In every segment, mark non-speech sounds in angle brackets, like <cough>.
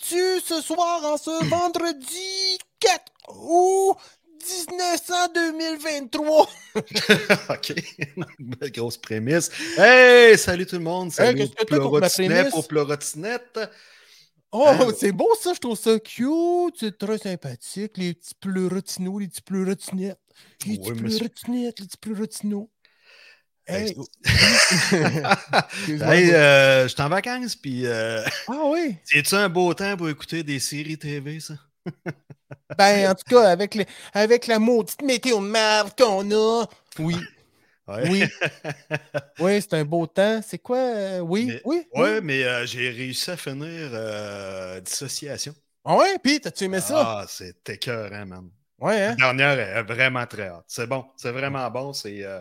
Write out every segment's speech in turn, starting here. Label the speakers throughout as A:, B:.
A: ce soir, en ce vendredi 4 août 1900-2023.
B: <laughs> OK. Belle grosse prémisse. Hey, salut tout le monde. Salut
A: qu'est-ce que t'as contre ma
B: Pleurotinet
A: prémisse?
B: pour Pleurotinette.
A: Oh,
B: Ah.
A: c'est beau ça, je trouve ça cute. C'est très sympathique. Les petits pleurotinos, les petits pleurotinettes. Les
B: Ouais,
A: petits
B: mais c'est-
A: pleurotinettes, les petits pleurotinos. Hey, oh.
B: Hey, <laughs>
A: excuse-moi.
B: Hey, euh, je suis en vacances, puis euh, <laughs>
A: Ah oui.
B: c'est-tu un beau temps pour écouter des séries TV, ça?
A: Ben, en tout cas, avec, le- avec la maudite météo de merde qu'on a. Oui,
B: Ouais.
A: oui. Oui, c'est un beau temps. C'est quoi? euh, oui,
B: Mais-
A: oui.
B: <laughs> Ouais, mais euh, j'ai réussi à finir euh, Dissociation.
A: Ah ouais, puis t'as-tu aimé ça?
B: Ah, c'est écœurant, man.
A: Ouais,
B: La
A: hein?
B: dernière est vraiment très hâte. C'est bon, c'est vraiment bon. C'est euh,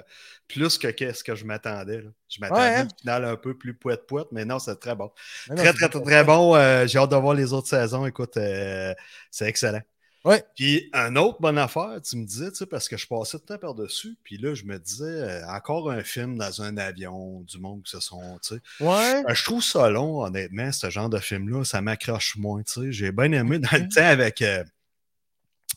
B: plus que qu'est-ce que je m'attendais. là. Je m'attendais
A: Ouais,
B: à
A: hein?
B: une finale un peu plus poète-poète, mais non, c'est très bon.
A: Non, non,
B: Très,
A: c'est
B: très,
A: pas
B: très,
A: ça.
B: très bon. Euh, J'ai hâte de voir les autres saisons. Écoute, euh, c'est excellent.
A: Ouais.
B: Puis, un autre bonne affaire, tu me disais, tu sais, parce que je passais tout le temps par-dessus, puis là, je me disais, euh, encore un film dans un avion, du monde que ce sont, tu sais.
A: Ouais.
B: Euh, je trouve ça long, honnêtement, ce genre de film-là. Ça m'accroche moins, tu sais. J'ai bien aimé dans
A: Mhm.
B: le temps avec euh,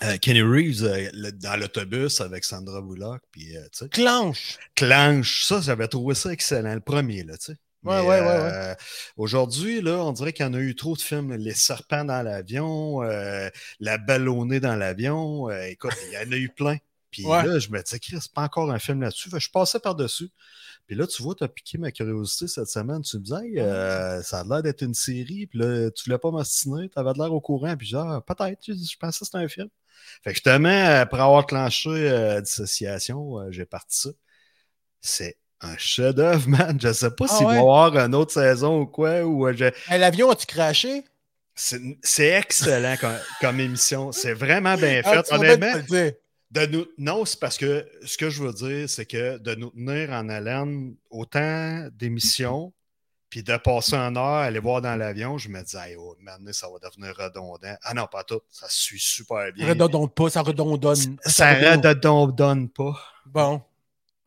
B: euh, Kenny Reeves euh, le- dans l'autobus avec Sandra Bullock, puis, euh, tu sais.
A: Clanche.
B: Clanche, ça, j'avais trouvé ça excellent, le premier, là, tu sais.
A: Ouais,
B: Mais,
A: ouais, ouais,
B: euh, Aujourd'hui, là, on dirait qu'il y en a eu trop de films. là. Les serpents dans l'avion, euh, la ballonnée dans l'avion. euh, écoute, il y en a eu plein. Puis
A: Ouais.
B: là, je me disais, Chris, pas encore un film là-dessus. Fait que Je passais par-dessus. Puis là, tu vois, tu as piqué ma curiosité cette semaine. Tu me disais, Hey, euh, ça a l'air d'être une série. Puis là, tu voulais pas m'astiner. Tu avais de l'air au courant. Puis genre, peut-être. Je je pensais que c'était un film. Fait que justement, après avoir clenché euh, Dissociation, euh, j'ai parti ça. C'est un chef-d'œuvre, man. Je sais pas
A: Ah
B: s'il va
A: ouais?
B: y avoir une autre saison ou quoi. Ou euh, je-
A: Hey, L'avion a-tu craché?
B: C'est c'est excellent comme, comme émission. C'est vraiment bien
A: Ah,
B: fait.
A: tu vas bien
B: Honnêtement,
A: te le dire.
B: de nous... non, c'est parce que ce que je veux dire, c'est que de nous tenir en haleine autant d'émissions, puis de passer une heure, à aller voir dans l'avion, je me dis, hey, oh, maintenant, ça va devenir redondant. Ah non, pas tout. Ça suit super bien.
A: Redondonne pas, ça redondonne.
B: Ça
A: redondonne.
B: redondonne pas.
A: Bon.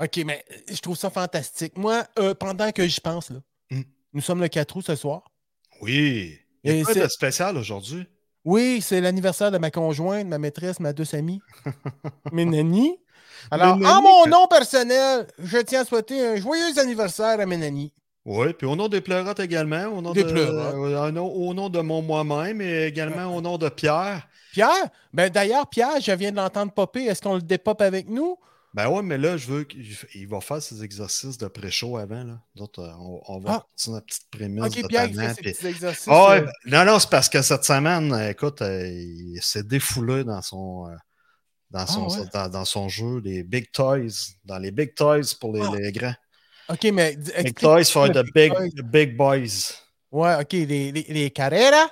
A: OK, mais je trouve ça fantastique. Moi, euh, pendant que j'y pense, là,
B: Mm.
A: nous sommes le 4 août ce soir.
B: Oui. Il y
A: Et
B: a quoi
A: c'est-
B: de spécial aujourd'hui?
A: Oui, c'est l'anniversaire de ma conjointe, ma maîtresse, ma douce amie,
B: <laughs>
A: Ménanie. Alors,
B: Mélanie,
A: en mon
B: que-
A: nom personnel, je tiens à souhaiter un joyeux anniversaire à Ménanie.
B: Oui, puis au nom des pleurotes également, au nom
A: Des
B: de,
A: pleurotes.
B: euh, au nom- au nom de mon moi-même et également au nom de Pierre.
A: Pierre, ben d'ailleurs, Pierre, je viens de l'entendre popper. Est-ce qu'on le dépop avec nous?
B: Ben ouais, mais là, je veux qu'il il va faire ses exercices de pré-show avant. Là. D'autres, euh, on, on va
A: Ah.
B: continuer notre petite prémisse
A: Ok,
B: de
A: Pierre, il
B: talent,
A: fait ses
B: puis-
A: petits exercices.
B: Ah ouais,
A: euh,
B: non, non, c'est parce que cette semaine, euh, écoute, euh, il s'est défoulé dans son, euh, dans, son,
A: Ah ouais.
B: dans, dans son jeu, les Big Toys, dans les Big Toys pour les,
A: Ah.
B: les grands.
A: OK, mais d-
B: Big
A: explique.
B: Toys for
A: le
B: the
A: Big
B: big,
A: Toys.
B: the big Boys.
A: Ouais, OK, les, les, les Carrera.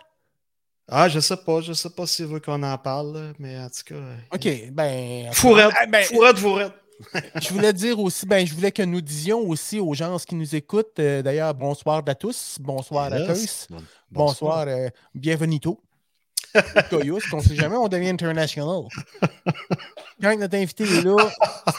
B: Ah, je sais pas, je sais pas s'il veut qu'on en parle, là, mais en tout cas. euh,
A: OK, ben.
B: Fourette,
A: Ah, ben,
B: fourette, fourette.
A: je voulais dire aussi, ben, je voulais que nous disions aussi aux gens qui nous écoutent, euh, d'ailleurs, bonsoir à tous, bonsoir à tous,
B: Yes. Bon-
A: bonsoir, euh, bienvenito. Coyus, qu'on sait jamais, on devient international. Quand notre invité est là,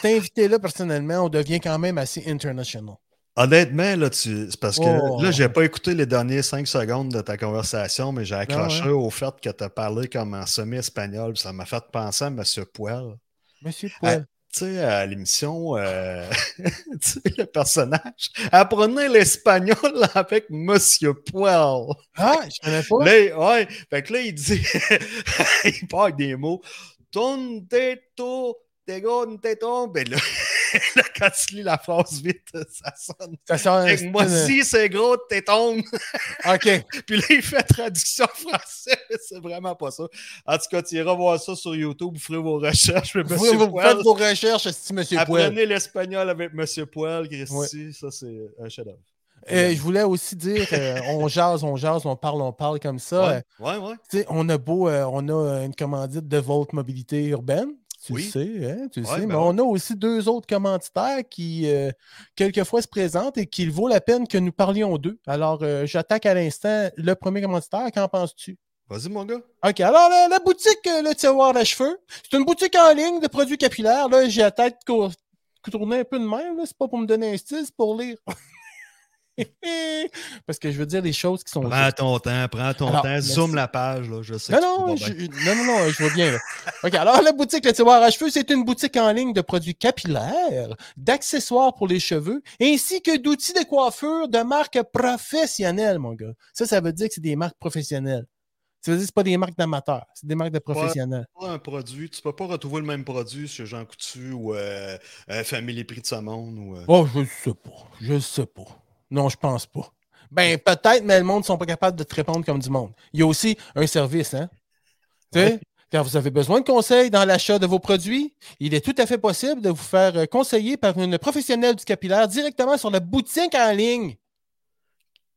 A: cet invité-là, personnellement, on devient quand même assez international.
B: Honnêtement, là, tu... c'est parce que
A: Oh.
B: là, j'ai pas écouté les derniers 5 secondes de ta conversation,
A: Ah
B: mais j'ai accroché au fait que tu as parlé comme en semi-espagnol. puis Ça m'a fait penser à M. Poel.
A: Monsieur Poel.
B: Tu sais, à l'émission, euh, <laughs> tu sais, le personnage apprenez l'espagnol avec Monsieur Poel.
A: Ah, je connais pas.
B: Là, ouais, fait que là, il dit, <laughs> il part avec des mots. Donde tu te gonte ton. Ben là, <laughs> là, quand tu lis la phrase vite, ça sonne.
A: Ça sort un-
B: Fait que moi aussi, c'est gros de téton.
A: OK.
B: <laughs> Puis là, il fait traduction <laughs> français, mais c'est vraiment pas ça. En tout cas, tu iras voir ça sur YouTube, vous ferez vos recherches. Mais
A: Vous,
B: Monsieur
A: vous
B: Poel,
A: faites vos recherches, si Monsieur Poel.
B: apprenez l'espagnol avec Monsieur Poel, Christy, ça c'est un chef-d'œuvre.
A: Euh, je voulais aussi dire, euh, on jase, on jase, on parle, on parle comme ça. euh,
B: Ouais, ouais, ouais.
A: Tu sais, on a beau, euh, on a une commandite de Volt Mobilité Urbaine. Tu
B: Oui.
A: le sais, hein, tu le
B: Ouais,
A: sais.
B: ben
A: mais
B: ouais.
A: on a aussi deux autres commanditaires qui, euh, quelquefois, se présentent et qu'il vaut la peine que nous parlions d'eux. Alors, euh, j'attaque à l'instant le premier commanditaire. Qu'en penses-tu?
B: Vas-y, mon gars.
A: OK, alors la, la boutique, euh, le tiroir à cheveux, c'est une boutique en ligne de produits capillaires. Là, j'ai la tête cou- tournée un peu de même. là. C'est pas pour me donner un style, c'est pour lire. <laughs> Parce que je veux dire des choses qui sont.
B: Prends
A: justes.
B: ton temps, prends ton
A: Alors,
B: temps,
A: merci.
B: zoom la page, là, je sais.
A: Non,
B: que tu
A: non,
B: vas
A: je, non,
B: bien.
A: non, non, je vois bien. là. OK, alors la boutique Le Tiroir à cheveux, c'est une boutique en ligne de produits capillaires, d'accessoires pour les cheveux, ainsi que d'outils de coiffure de marques professionnelles, mon gars. Ça, ça veut dire que c'est des marques professionnelles. Ça veut dire que c'est pas des marques d'amateurs, c'est des marques de professionnels.
B: Pas un produit, tu peux pas retrouver le même produit chez Jean Coutu ou euh, euh, Famille Les Prix de Samonde. Ou, euh,
A: Oh, je sais pas. Je sais pas. Non, je pense pas. Ben, peut-être, mais le monde ne sont pas capables de te répondre comme du monde. Il y a aussi un service, hein? Tu sais,
B: Ouais.
A: Quand vous avez besoin de conseils dans l'achat de vos produits, il est tout à fait possible de vous faire euh, conseiller par une professionnelle du capillaire directement sur la boutique en ligne.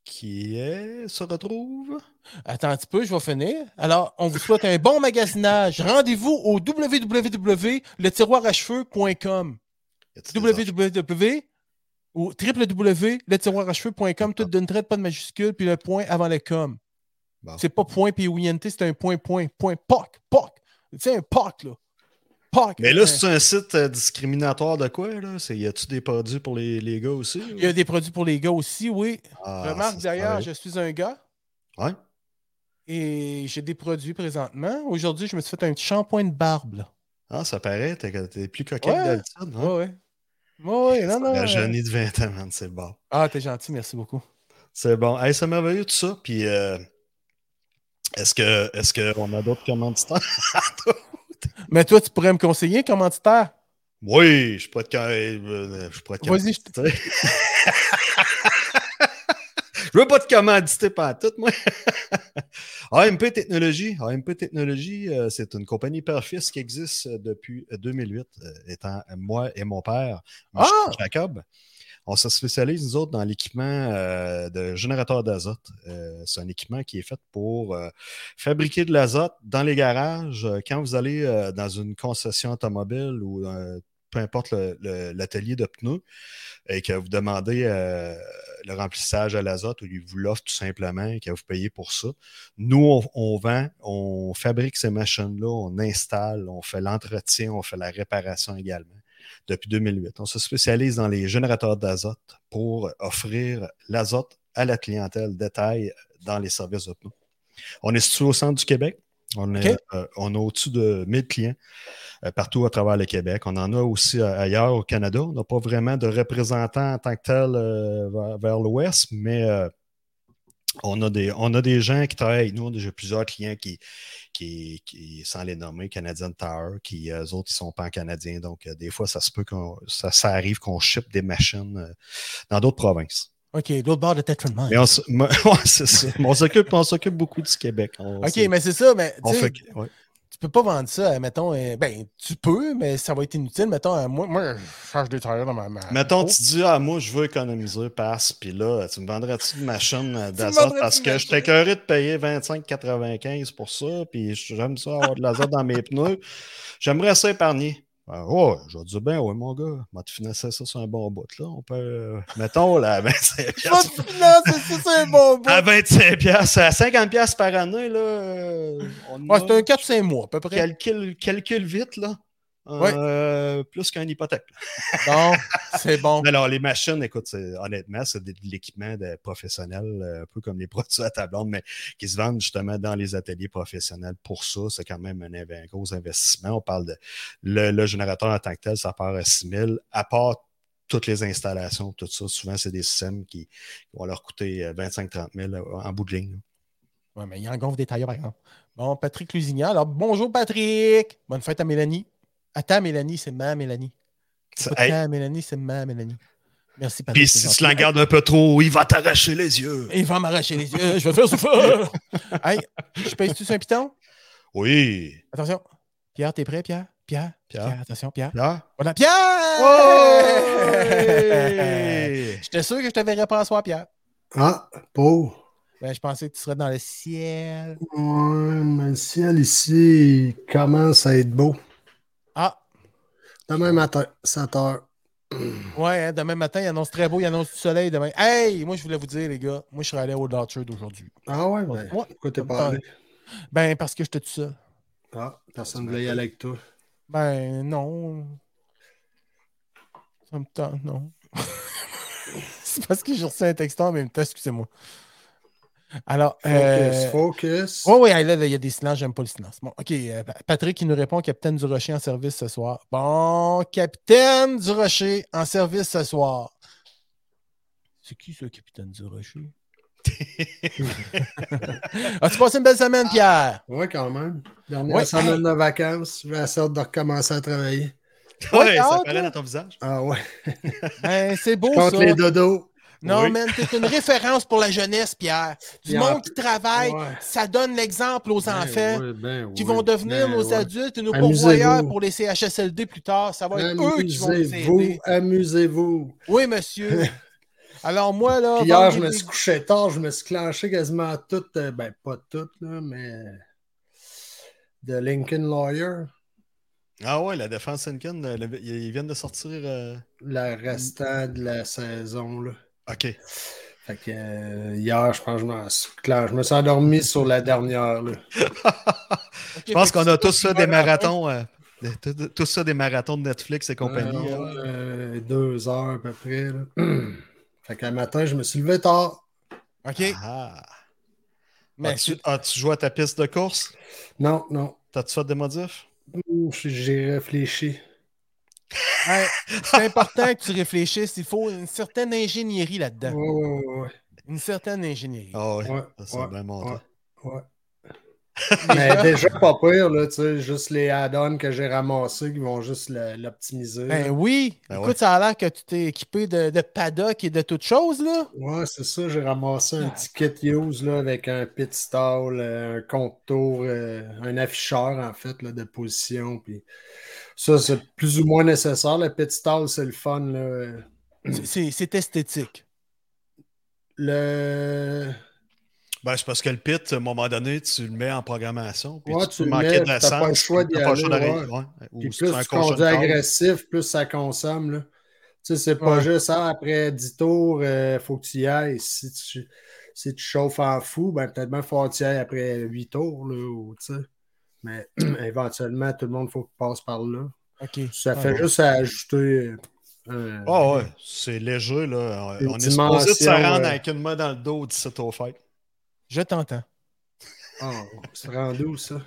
B: qui est, se retrouve.
A: Attends un petit peu, je vais finir. Alors, on vous souhaite un bon magasinage. Rendez-vous au www.letiroiracheveux.com.
B: Y a-t-il des
A: www ou www.letiroiracheveux.com, tout d'une traite, pas de majuscule, puis le point avant le com.
B: Bon.
A: C'est pas point puis OINT, c'est un point, point, point, POC, POC. Tu sais, un POC, là. POC.
B: Mais là,
A: hein.
B: c'est un site euh, discriminatoire de quoi? Là? C'est- Y a-tu des produits pour les, les gars aussi?
A: Il y a des produits pour les gars aussi, oui.
B: Ah,
A: Remarque
B: ça,
A: d'ailleurs,
B: c'est-
A: je suis un gars
B: Ouais.
A: et j'ai des produits présentement. Aujourd'hui, je me suis fait un petit shampoing de barbe, là.
B: Ah, ça paraît, t'es, t'es plus coquette
A: Ouais.
B: d'habitude. Hein?
A: Ouais, ouais. Ouais, ouais, non, non.
B: La
A: euh,
B: jeunesse de 20 ans, man, c'est bon.
A: Ah, t'es gentil, merci beaucoup.
B: C'est bon. Hey, c'est merveilleux tout ça. Puis, euh, est-ce, que, est-ce qu'on a d'autres commanditaires?
A: Mais toi, tu pourrais me conseiller, commanditaire?
B: <laughs> Oui, je pourrais te. ca- euh, Je pourrais te
A: Vas-y, je
B: commanditer. Je veux pas te commanditer pas tout, moi. <laughs> AMP Technologie. AMP Technologie, euh, c'est une compagnie père-fils qui existe euh, depuis 2008, euh, étant moi et mon père, Michel
A: Ah!
B: Jacob. On se spécialise, nous autres, dans l'équipement euh, de générateur d'azote. Euh, c'est un équipement qui est fait pour euh, fabriquer de l'azote dans les garages. Euh, Quand vous allez euh, dans une concession automobile ou euh, peu importe le- le- l'atelier de pneus et que vous demandez euh, le remplissage à l'azote ou ils vous l'offrent tout simplement et que vous payez pour ça, nous, on, on vend, on fabrique ces machines-là, on installe, on fait l'entretien, on fait la réparation également depuis 2008. On se spécialise dans les générateurs d'azote pour offrir l'azote à la clientèle détail dans les services de pneus. On est situé au centre du Québec. On, est,
A: Ok.
B: euh, on a au-dessus de 1000 clients euh, partout à travers le Québec. On en a aussi euh, ailleurs au Canada. On n'a pas vraiment de représentants en tant que tels euh, vers, vers l'Ouest, mais euh, on, a des, on a des gens qui travaillent avec nous. On a déjà plusieurs clients qui, qui, qui sans les nommer, Canadian Tower, qui eux autres, ils sont pas en canadiens. Donc, euh, des fois, ça se peut qu'on ça, ça arrive qu'on ship des machines euh, dans d'autres provinces.
A: OK, l'autre bord de Tetris Mind.
B: Mais on, s- <laughs> me- ouais, c'est ça. Mais on s'occupe on s'occupe beaucoup du Québec. On,
A: OK,
B: s'est-
A: mais c'est ça, mais
B: on
A: tu sais,
B: fait que- ouais.
A: tu peux pas vendre ça, euh, mettons, euh, ben, tu peux, mais ça va être inutile, mettons, euh, moi, moi, je change des tires dans ma main.
B: Mettons, tu dis, ah, moi, je veux économiser, passe, puis là, tu me vendrais-tu une machine euh,
A: vendrais-tu
B: d'azote parce
A: une
B: que
A: machine?
B: je t'écœurais de payer 25,95 pour ça, puis j'aime ça avoir de l'azote dans mes pneus. J'aimerais ça épargner. Ben, oh, je dis, ben oui, mon gars, moi, tu finançais ça sur un bon bout, là. On peut, euh, mettons, là, à 25
A: Je vais
B: <laughs>
A: te financer, ça, c'est un bon bout.
B: à 25 piastres, à 50 piastres par année, là, euh, on
A: Ouais,
B: a-
A: c'est un 4-5 mois, à peu près.
B: calcule, calcule vite, là.
A: Ouais.
B: Euh, plus qu'un hypothèque.
A: Bon, c'est
B: <laughs>
A: bon.
B: Alors, les machines, écoute, c'est- honnêtement, c'est de, de l'équipement de- professionnel, euh, un peu comme les produits à table ronde, mais qui se vendent justement dans les ateliers professionnels. Pour ça, c'est quand même un, inv- un gros investissement. On parle de le, le générateur en tant que tel, ça part à 6 000, à part toutes les installations, tout ça. Souvent, c'est des systèmes qui vont leur coûter euh, 25-30 000 euh, en bout de ligne. là.
A: Ouais, mais il en gonfle des tailleurs, par exemple. Bon, Patrick Lusignan. Alors, bonjour, Patrick. Bonne fête à Mélanie. À ta Mélanie, c'est ma Mélanie.
B: Ça-
A: Pas
B: hey,
A: ta Mélanie, c'est ma Mélanie. Merci, Patrick.
B: Puis
A: c'est
B: si
A: gentil.
B: tu la gardes un peu trop, il va t'arracher les yeux.
A: Il va m'arracher les yeux. Je vais faire souffrir.
B: <laughs>
A: hey, je pèse-tu sur un piton?
B: Oui.
A: Attention. Pierre, t'es prêt, Pierre? Pierre?
B: Pierre.
A: attention, Pierre.
B: Là?
A: Voilà, <laughs> Pierre! J'étais sûr que je te verrais pas en soir, Pierre.
C: Ah, pauvre.
A: Ben, je pensais que tu serais dans le ciel.
C: Ouais, mais le ciel ici il commence à être beau.
A: Ah,
C: Demain matin, 7 heures.
A: ouais, hein, demain matin, il annonce très beau, il annonce du soleil demain. Hey, moi, je voulais vous dire, les gars, moi, je serais allé au Orchard aujourd'hui.
C: Ah ouais, ben,
A: Ouais.
C: pourquoi t'es
A: ça me
C: pas allé?
A: Ben, parce que j'étais tout seul.
C: Ah, personne ne voulait y aller avec toi.
A: Ben, non. Ça me tente, non. <laughs> C'est parce que j'ai reçu un texto en même temps, excusez-moi. Alors,
C: Focus,
A: euh,
C: focus.
A: Oh oui, là, là, il y a des silences, j'aime pas le silence. Bon, OK. euh, Patrick qui nous répond Capitaine du Rocher en service ce soir. Bon, Capitaine du Rocher en service ce soir. C'est qui ce Capitaine du Rocher? <laughs> As-tu passé une belle semaine, Pierre?
C: Ouais, quand même. Dernière
A: Ouais.
C: semaine de vacances, je vais essayer de recommencer à travailler.
A: Ouais,
B: <laughs> Ouais, ça
A: ah,
B: paraît dans ton visage.
C: Ah ouais,
A: Ben, c'est beau, ça.
C: <laughs> contre les dodos.
A: Non,
B: Oui.
A: man, t'es une référence pour la jeunesse, Pierre. Du
C: Bien.
A: monde qui travaille,
C: Ouais.
A: ça donne l'exemple aux
C: Ben
A: enfants.
C: ouais, ben
A: qui
C: ouais,
A: vont devenir
C: ben
A: nos
C: ouais.
A: adultes et nos
C: Amusez-vous.
A: pourvoyeurs pour les CHSLD plus tard. Ça va être eux qui vont nous
C: Amusez-vous,
A: aider.
C: amusez-vous.
A: Oui, monsieur. Alors, moi, là.
C: Puis Hier,
A: vendre
C: je me
A: des-
C: suis couché tard, je me suis clenché quasiment tout, euh, ben pas tout, là, mais de Lincoln Lawyer,
B: Ah ouais, la défense Lincoln, euh, le- ils viennent de sortir. euh,
C: le restant de la saison. Là.
B: Ok.
C: Fait que euh, hier, je pense que je m'en suis clenché. Je me suis endormi sur la dernière. Là.
A: Ok,
B: Je pense
A: fait
B: qu'on
A: que
B: a
A: c'est
B: tous
A: toi
B: ça
A: qui vas
B: des
C: hein?
A: la-
B: marathons. euh, de- tout- de- Tous ça des marathons de Netflix et compagnie.
C: Ouais,
B: euh.
C: ouais, euh, deux heures à peu près. Là. <clears throat> fait que le matin, je me suis levé tard.
A: OK.
B: Ah.
A: Mais
B: As-tu as-tu joué à ta piste de course?
C: Non, non.
B: T'as-tu fait des modifs?
C: Ouh, J'ai réfléchi.
A: c'est- hey, c'est important que tu réfléchisses. Il faut une certaine ingénierie là-dedans.
C: Ouais, ouais, ouais,
A: Une certaine ingénierie.
B: Ah ouais.
C: ouais,
B: Ça
C: ouais,
B: semble bien mon
C: ouais.
B: temps.
C: Mais déjà pas pire, là, tu sais, juste les add-ons que j'ai ramassés qui vont juste le- l'optimiser.
A: Ben oui.
B: Ben
A: Écoute,
B: ouais.
A: ça a l'air que tu t'es équipé de, de paddock et de toutes choses,
C: <clears throat>
A: là.
C: Ouais, c'est ça, j'ai ramassé un petit kit use là, avec un pit stall, euh, un contour, euh, un afficheur en fait là, de position. Puis ça, c'est plus ou moins nécessaire. Le pit stall, c'est le fun. Là.
A: C'est- C'est c'est esthétique.
C: Le...
B: Ben, c'est parce que le pit, à un moment donné, tu le mets en programmation. Puis
C: Ouais,
B: tu,
C: tu
B: peux
C: le
B: manquer
C: mets,
B: de la
C: t'as pas le
B: sens,
C: choix
B: t'as
C: d'y
B: pas le choix
C: aller,
B: d'arrêter, ouais. Ou
C: Puis
B: si
C: plus
B: un
C: tu
B: cochon de
C: conduis
B: corps.
C: agressif, plus ça consomme. Là. Tu sais, c'est pas
A: Ouais.
C: juste ah, après 10 tours, il faut que tu y ailles. Si tu, si tu chauffes en fou, ben, peut-être même faut que tu y ailles après 8 tours. Là, ou, tu sais. Mais <clears throat> éventuellement, tout le monde faut qu'il passe par là.
A: OK.
C: Ça
A: Ah,
C: fait
A: bon.
C: juste à ajouter. euh,
B: Ah ouais, c'est léger, là.
C: Une
B: On est supposé de se
C: dimension,
B: rendre
C: euh,
B: avec une main dans le dos d'ici au fait. <laughs>
A: Je t'entends.
C: ah, c'est rendu où ça?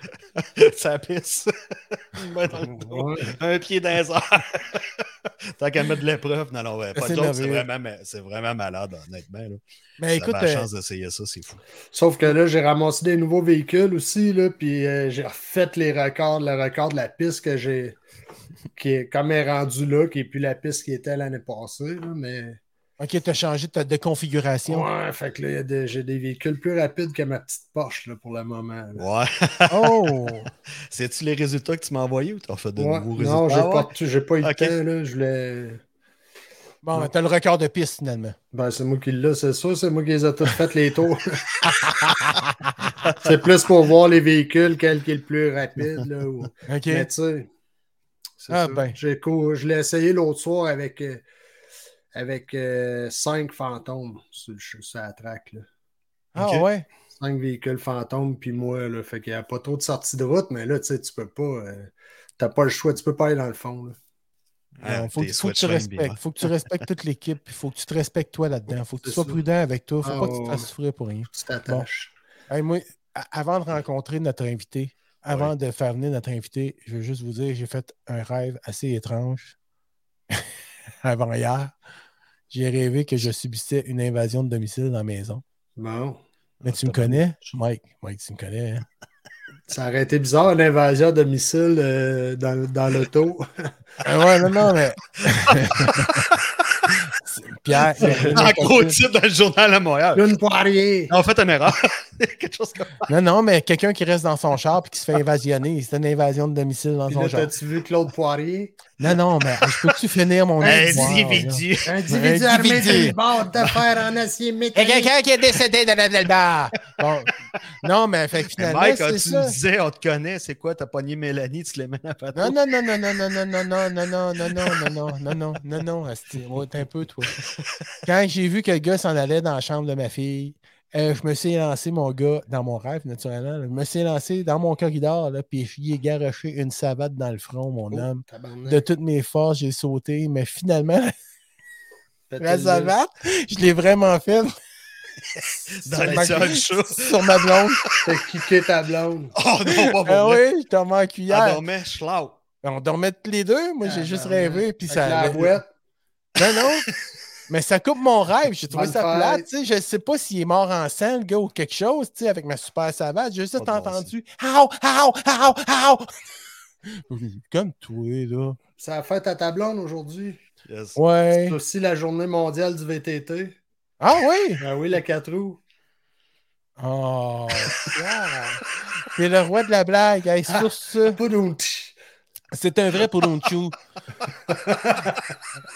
B: Ça pisse. <laughs> une main dans le dos.
C: <laughs> Ouais.
B: un pied dans les airs. <laughs> Tant qu'à mettre de l'épreuve, non, non, ouais, pas
A: C'est
B: de joke, c'est
A: merveilleux.
B: vraiment, ma- c'est vraiment malade, honnêtement. Là.
A: Mais
B: J'avais
A: écoute,
B: la
A: euh,
B: chance d'essayer ça, c'est fou.
C: Sauf que là, j'ai ramassé des nouveaux véhicules aussi, là, puis euh, j'ai refait les records, le record de la piste que j'ai, qui est comme elle est rendue là, qui est plus la piste qui était l'année passée. là, mais
A: OK, t'as changé de, de configuration.
C: ouais, fait que là, il y a des- j'ai des véhicules plus rapides que ma petite Porsche là, pour le moment. là.
B: Ouais. <laughs>
A: Oh!
B: C'est-tu les résultats que tu m'as envoyés ou t'as fait de
C: Ouais,
B: nouveaux résultats?
C: non, j'ai
B: Ah ouais?
C: pas, j'ai pas eu
B: Ok.
C: le temps, là, je voulais.
A: Bon, ben, t'as le record de piste, finalement.
C: Ben, c'est moi qui l'ai, c'est sûr, c'est moi qui les ai tous fait les tours. c'est plus pour voir les véhicules, quel qui est le plus rapide. Là, ou-
A: OK.
C: Mais tu sais, c'est
A: Ah
C: ça.
A: ben.
C: J'ai cou- je l'ai essayé l'autre soir avec, euh, avec euh, cinq fantômes sur, le ch- sur la track. là.
A: Ah
B: Ok.
A: ouais?
C: Cinq véhicules fantômes, puis moi. Là, fait qu'il n'y a pas trop de sortie de route, mais là, tu sais, tu peux pas. euh, T'as pas le choix, tu peux pas aller dans le fond. là.
B: Ah,
A: Il Euh, faut,
B: t'es
A: que- faut que tu
B: sweatshop bien,
A: respectes.
B: hein. <laughs>
A: faut que tu respectes toute l'équipe. Il faut que tu te respectes toi là-dedans. faut que tu
C: C'est
A: sois
C: ça.
A: prudent avec toi. faut
C: Ah,
A: pas que tu te
C: ouais,
A: fasses
C: ouais.
A: souffrir pour rien.
C: Tu t'attaches.
A: Hey, moi, a- avant de rencontrer notre invité, avant de faire venir notre invité, je veux juste vous dire, j'ai fait un rêve assez étrange <laughs> avant hier. J'ai rêvé que je subissais une invasion de domicile dans la maison.
C: Bon.
A: Mais
B: Ah,
A: tu me
B: t'as-
A: connais, Mike. Mike, tu me connais. hein?
C: Ça aurait été bizarre, l'invasion à domicile euh, dans, dans l'auto.
A: Ah ouais, non, non,
B: <laughs>
A: mais. <laughs> Pierre, il y a rien
B: En
A: de
B: gros
A: possible.
B: titre dans le journal à Montréal.
C: Une poirier!
B: En fait, une erreur. <laughs> Quelque chose comme
A: Non, non, mais quelqu'un qui reste dans son char et qui se fait invasionner, c'est une invasion de domicile dans
C: Puis
A: son
C: là,
A: char.
C: t'as-tu vu Claude Poirier?
A: Non, non, mais je peux-tu finir mon histoire, là?
B: Individu.
C: Individu armé d'une barre de fer en acier
A: Il y a
C: métallique.
A: quelqu'un qui est décédé dans la bar. Bon. Non, mais fait, que
B: Mais
A: finalement,
B: Mike, ah,
A: c'est
B: tu me
A: ça.
B: disais, on te connaît, c'est quoi, t'as pogné Mélanie, tu les mets à patate.
A: Non, non, non, non, non, non, non, non, non, non, non, non, non, non, non, non, non, non, asti. Ouais, t'es un peu, toi. Quand j'ai vu que le gars s'en allait dans la chambre de ma fille, euh, je me suis lancé, mon gars, dans mon rêve, naturellement. là. je me suis lancé dans mon corridor, là, puis j'y ai garoché une savate dans le front, mon homme.
C: Oh,
A: <laughs>
C: Tabarnak.
A: de toutes mes forces, j'ai sauté, mais finalement, Razzavat, je l'ai vraiment fait.
B: Dans
A: Sur
B: les
A: ma-
B: tiers du show.
A: <laughs> Sur ma
C: <laughs>
A: blonde.
C: T'as kické ta blonde.
B: Oh non, pas pour
A: Ah
B: vrai.
A: oui, je dormais en cuillère.
B: Elle dormait, schlau.
A: On dormait tous les deux. Moi, j'ai
C: Ah,
A: juste
C: ben,
A: rêvé. Puis
C: Avec
A: ça
C: la
A: avait-
C: boîte.
A: Non, non. Mais ça coupe mon rêve. J'ai trouvé
C: Bonne
A: ça plate.
C: fête.
A: tu sais. Je ne sais pas s'il est mort en scène, le gars, ou quelque chose, tu sais, avec ma super savate. J'ai juste
B: Pas de bon
A: entendu How, how, how, how.
C: <laughs>
A: Comme toi, là.
C: Ça a fait à ta blonde aujourd'hui.
B: Yes.
A: Ouais.
C: C'est aussi la journée mondiale du VTT.
A: Ah oui.
C: Ah oui, la 4 roues.
A: Oh. <laughs> C'est le roi de la blague. Hey, c'est
C: <laughs>
A: pour ça.
C: Poudoum.
A: C'est un vrai Pulunchu.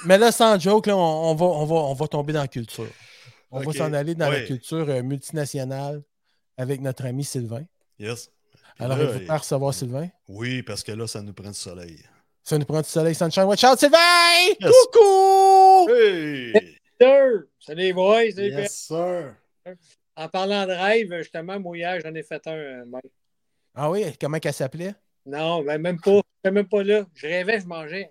A: Mais là, sans joke, là, on, on va, on, va, on va tomber dans la culture. On
B: Ok.
A: va s'en aller dans la
B: Oui.
A: culture euh, multinationale avec notre ami Sylvain.
B: Yes. Puis
A: Alors,
B: là,
A: il vous faire recevoir Sylvain.
B: Oui, parce que là, ça nous prend du soleil.
A: Ça nous prend du soleil, sunshine. Watch out, Sylvain!
B: Yes.
A: Coucou!
B: Hey!
D: Salut, Salut les boys. Salut, les
C: Yes, sir.
D: gars. En parlant de rêve, justement, moi hier, j'en ai fait un. euh, même.
A: Ah oui, comment qu'elle s'appelait?
D: Non, ben, même pas. J'étais même pas là. Je rêvais, je mangeais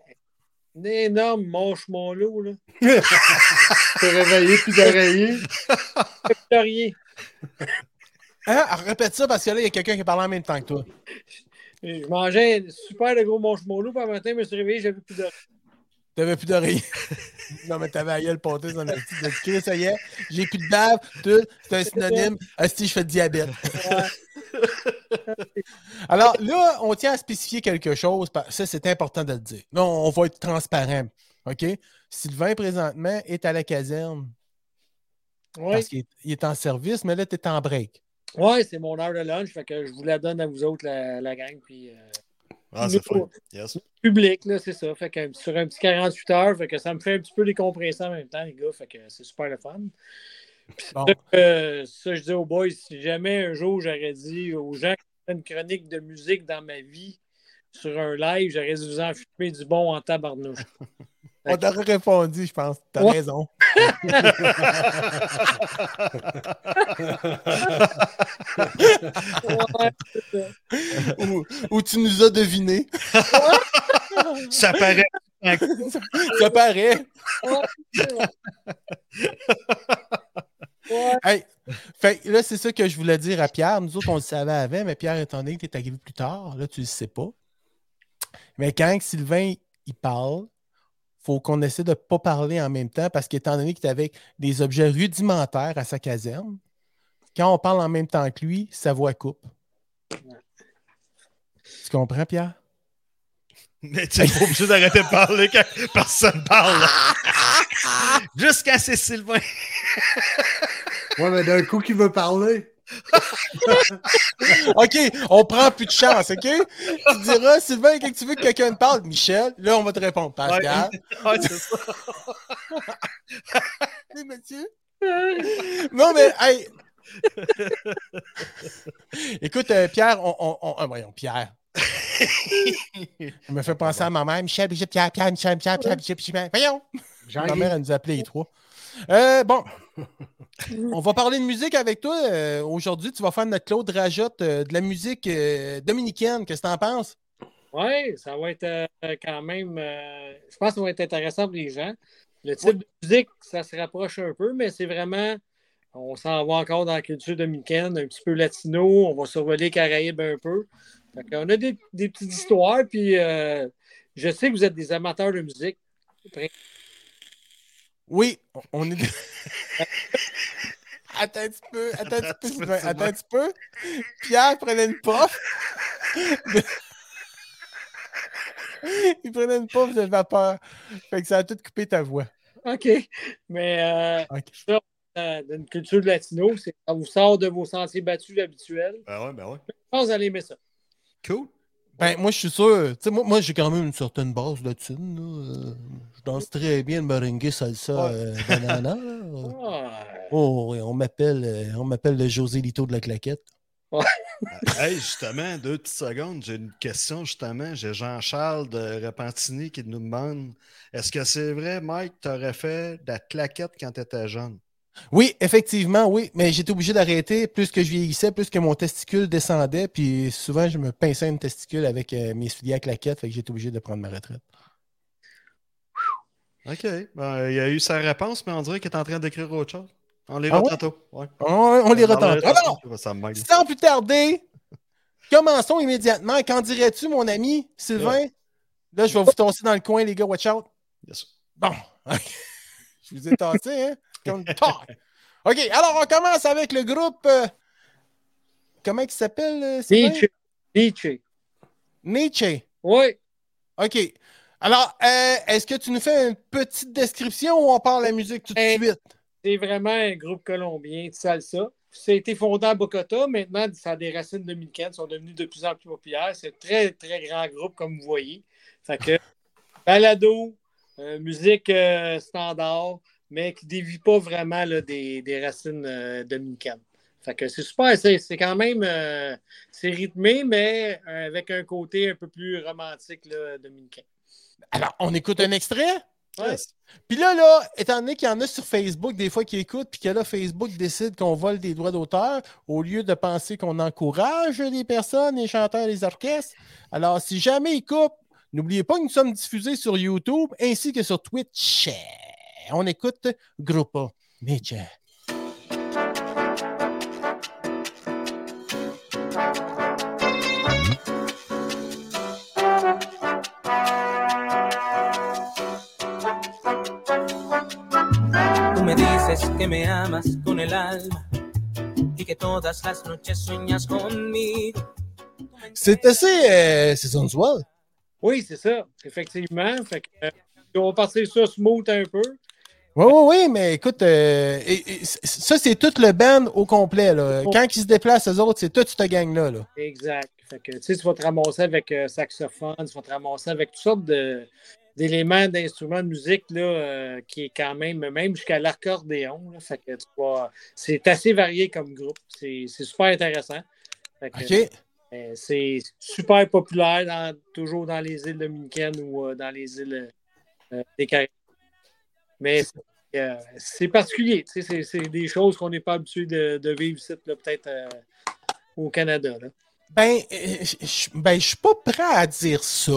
D: un énorme marshmallow, là.
C: T'es réveillé puis d'oreiller.
D: Fleurier.
A: Hein? Ah, Répète ça parce que là, il y a quelqu'un qui parle en même temps que toi.
D: Je mangeais un super de gros marshmallow, puis un matin, je me suis réveillé, j'avais plus de
A: T'avais plus
D: <laughs>
A: d'oreilles. non, mais t'avais la gueule pâteuse dans la petite de cul, ça y est. J'ai plus de bave, tout. C'est un synonyme. Ah, si, je fais de diabète. <laughs> Alors là, on tient à spécifier quelque chose. parce- Ça, c'est important de le dire. Non, on va être transparent. OK? Sylvain, présentement, est à la caserne
D: Oui,
A: parce qu'il est, il est en service, mais là, tu es en break.
D: ouais, c'est mon heure de lunch, fait que je vous la donne à vous autres, la, la gang, puis euh,
B: Ah, c'est
D: Nous.
B: fun. Yes.
D: public, là, c'est ça. Fait que sur un petit 48 heures, fait que ça me fait un petit peu décompresser en même temps, les gars, fait que c'est super le fun.
A: Bon.
D: Euh, ça, je dis aux boys, si jamais un jour j'aurais dit aux gens que j'ai fait une chronique de musique dans ma vie sur un live, j'aurais dû vous en fumer du bon en tabarnouche.
A: On t'aurait répondu, je pense. T'as
D: Ouais.
A: raison. ou, ou tu nous as deviné.
B: Ça paraît.
A: <laughs> Ça paraît.
D: Ouais.
A: Hey, fait que là, c'est ça que je voulais dire à Pierre. Nous autres, on le savait avant, mais Pierre, étant donné que tu es arrivé plus tard, là, tu le sais pas. Mais quand Sylvain, il parle, faut qu'on essaie de ne pas parler en même temps parce qu'étant donné qu'il est avec des objets rudimentaires à sa caserne, quand on parle en même temps que lui, sa voix coupe. Tu comprends, Pierre?
B: Mais tu es pas obligé d'arrêter de parler quand personne
A: <laughs>
B: parle. Jusqu'à c'est Sylvain. <laughs>
C: Ouais, mais d'un coup, qui veut parler?
A: OK, on prend plus de chance, OK? Tu diras, Sylvain, quand tu veux que quelqu'un te parle, Michel, là, on va te répondre, Pascal.
B: Ah, c'est ça.
A: Hey, Mathieu. Non, mais, hey. <laughs> Écoute, euh, Pierre, on. on, on- ah, voyons, Pierre. Je me fait penser à ma mère. Michel, Brigitte, Pierre, Pierre, Michel, Michel, Pierre, Brigitte, Michel. Voyons! Ma mère,
C: Jean-Guy.
A: elle nous appelait les trois. Euh, bon. On va parler de musique avec toi. euh, Aujourd'hui, tu vas faire notre Claude Rajotte euh, de la musique euh, dominicaine. Qu'est-ce que t'en penses?
D: Ouais, ça va être euh, quand même. euh, je pense que ça va être intéressant pour les gens. Le type de musique, ça se rapproche un peu, mais c'est vraiment. On s'en va encore dans la culture dominicaine, un petit peu latino. On va survoler les Caraïbes un peu. on a des, des petites histoires, puis euh, je sais que vous êtes des amateurs de musique.
A: Oui, on- on est. <laughs> attends un petit peu, attends un petit peu, Sylvain, attends un petit peu. Pierre prenait une puff. <laughs> Il prenait une puff de vapeur. Fait que ça a tout coupé ta voix.
D: OK. Mais euh,
A: OK.
D: ça, euh, d'une culture de latino, c'est- ça vous sort de vos sentiers battus habituels.
B: Ben ouais, ben ouais.
D: Je pense que vous allez aimer ça.
B: Cool.
A: Ben, moi, je suis sûr. Tu sais, moi, moi j'ai quand même une certaine base de thunes. là. Euh, Je danse très bien le merengue salsa
B: Ouais.
A: euh, banana. là. <laughs>
D: Ah.
A: Oh, oui, on m'appelle euh, on m'appelle le José Lito de la claquette.
B: Ah, Hey, justement, deux petites secondes, j'ai une question, justement. J'ai Jean-Charles de Repentini qui nous demande Est-ce que c'est vrai, Mike, t'aurais fait de la claquette quand t'étais jeune?
A: Oui, effectivement, oui, mais j'étais obligé d'arrêter. Plus que je vieillissais, plus que mon testicule descendait, puis souvent je me pinçais une testicule avec euh, mes souliers à claquettes, fait que j'étais obligé de prendre ma retraite.
B: OK. Ben, il a eu sa réponse, mais on dirait qu'il est en train d'écrire autre chose. On les
A: Ah
B: voit
A: ouais?
B: tantôt. Ouais.
A: On, on Ah les
B: On
A: retente.
B: les
A: Alors,
B: tantôt, Ça me mêle. Ah,
A: sans plus tarder, commençons immédiatement. Qu'en dirais-tu, mon ami Sylvain? Là, je vais vous tosser dans le coin, les gars. Watch out.
B: Yes.
A: Bon. <laughs> je vous ai tenté, hein? Comme talk. OK, alors on commence avec le groupe. euh, Comment il s'appelle? euh, Sylvain?
D: Nietzsche. Nietzsche.
A: Nietzsche.
D: Oui.
A: OK. Alors, euh, est-ce que tu nous fais une petite description ou on parle la musique tout de
D: Eh.
A: suite?
D: C'est vraiment un groupe colombien de salsa. Ça a été fondé à Bogota. Maintenant, ça a des racines dominicaines. Ils sont devenus de plus en plus populaires. C'est un très, très grand groupe, comme vous voyez. Fait que balado, euh, musique euh, standard, mais qui ne dévie pas vraiment là, des, des racines euh, dominicaines. Fait que c'est super. C'est c'est quand même... euh, c'est rythmé, mais euh, avec un côté un peu plus romantique là, dominicain.
A: Alors, on écoute un extrait?
D: Ouais.
B: Yes.
A: Puis là, là, étant donné qu'il y en a sur Facebook des fois qui écoutent, puis que là, Facebook décide qu'on vole des droits d'auteur, au lieu de penser qu'on encourage les personnes, les chanteurs, les orchestres. Alors, si jamais ils coupent, n'oubliez pas que nous sommes diffusés sur YouTube ainsi que sur Twitch. On écoute Grupo Nietzsche.
E: Tú me dices que me amas con el alma y que todas las noches sueñas conmigo.
A: C'est assez euh, c'est sensual.
D: Oui, c'est ça, effectivement. Fait que, euh, on va passer ça smooth un peu.
A: Oui, oui, oui, mais écoute, euh, et- et c- ça, c'est tout le band au complet. Là. Quand ils se déplacent, eux autres, c'est toute cette gang-là. Là.
D: Exact. Fait que, tu sais, tu vas te ramasser avec euh, saxophone, tu vas te ramasser avec toutes sortes de- d'éléments, d'instruments de musique là, euh, qui est quand même, même jusqu'à l'arcordéon. là. Fait que tu vas- c'est assez varié comme groupe. C'est c'est super intéressant. Fait que,
A: OK?
D: euh, c'est super populaire dans- toujours dans les îles dominicaines ou euh, dans les îles euh, des Caraïbes. Mais c'est, euh, c'est particulier. tu sais, C'est, c'est des choses qu'on n'est pas habitué de, de vivre ici, là, peut-être euh, au Canada. là.
A: Ben, euh, je- je ben, je suis pas prêt à dire ça.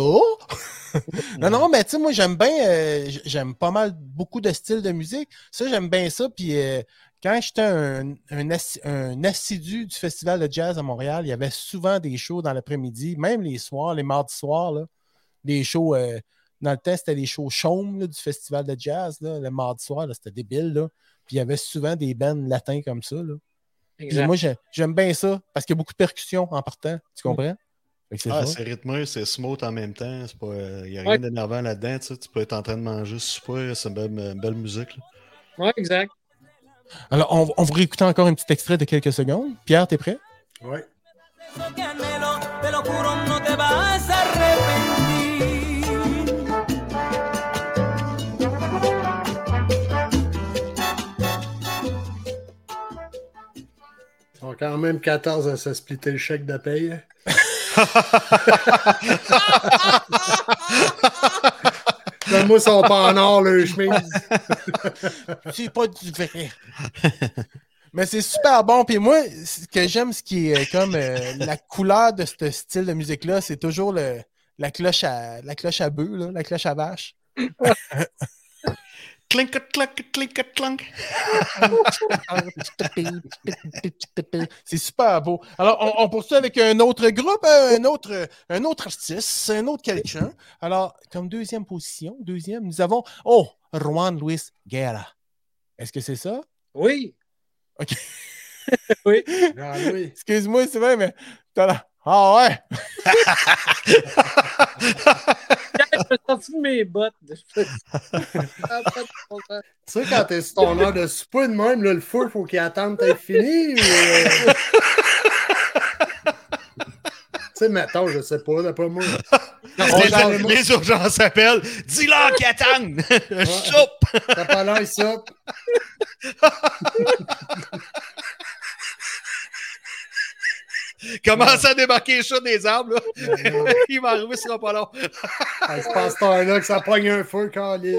A: non, non, mais tu sais, moi, j'aime bien, euh, j- j'aime pas mal beaucoup de styles de musique. Ça, j'aime bien ça. Puis euh, quand j'étais un, un, assi- un assidu du Festival de jazz à Montréal, il y avait souvent des shows dans l'après-midi, même les soirs, les mardis soirs, là, des shows. euh, dans le temps, c'était les shows chaumes là, du Festival de jazz. Là, le mardi soir, là, c'était débile. Là. Puis il y avait souvent des bands latins comme ça. Là. Puis
D: Exact.
A: moi, j'ai- j'aime bien ça parce qu'il y a beaucoup de percussions en partant. Tu comprends? Fait que c'est
B: Ah,
A: ça.
B: c'est rythmé, c'est smooth en même temps. Il n'y a rien
D: Ouais.
B: d'énervant là-dedans. Tu sais, tu peux être en train de manger super. C'est une belle, une belle musique. là.
D: Ouais, exact.
A: Alors, on, on va réécouter encore un petit extrait de quelques secondes. Pierre, t'es prêt?
C: Ouais.
E: Eso que anhelo, te lo juro, no te vas a arrepentir.
C: Ils sont quand même 14 à se splitter le chèque de paye. hein. Comme moi, ils sont pas en or, le chemise.
A: C'est pas du vrai. <laughs> Mais c'est super bon. Puis moi, ce que j'aime, ce qui est euh, comme euh, la couleur de ce style de musique-là, c'est toujours le, la cloche à la cloche à bœuf, là, la cloche à vache.
B: Clink, clink, clink, clink.
A: C'est super beau. Alors, on, on poursuit avec un autre groupe, euh, un autre, un autre artiste, un autre quelqu'un. Alors, comme deuxième position, deuxième, nous avons, oh, Juan Luis Guerra. Est-ce que c'est ça?
D: Oui.
C: Ah oui.
A: Excuse-moi, c'est vrai, mais t'as la- Ah ouais!
D: Je suis sorti de mes bottes. Ça a pas de bon
C: Tu
D: sens.
C: sais, quand t'es sur ton heure de souper de même, là, le fou, il faut qu'il attende d'être fini. ou, euh, tu sais, mettons, je sais pas, d'après moi.
B: Les,
C: genre,
B: les urgences s'appellent. Dis-leur qu'ils attendent. Je soupe.
C: T'as pas l'air ça.
B: Commence à débarquer ça des arbres. là.
C: Euh,
B: Il va arriver, ce sera pas long.
C: ah, C'est pas à cette heure-là que ça pogne un feu, Calis.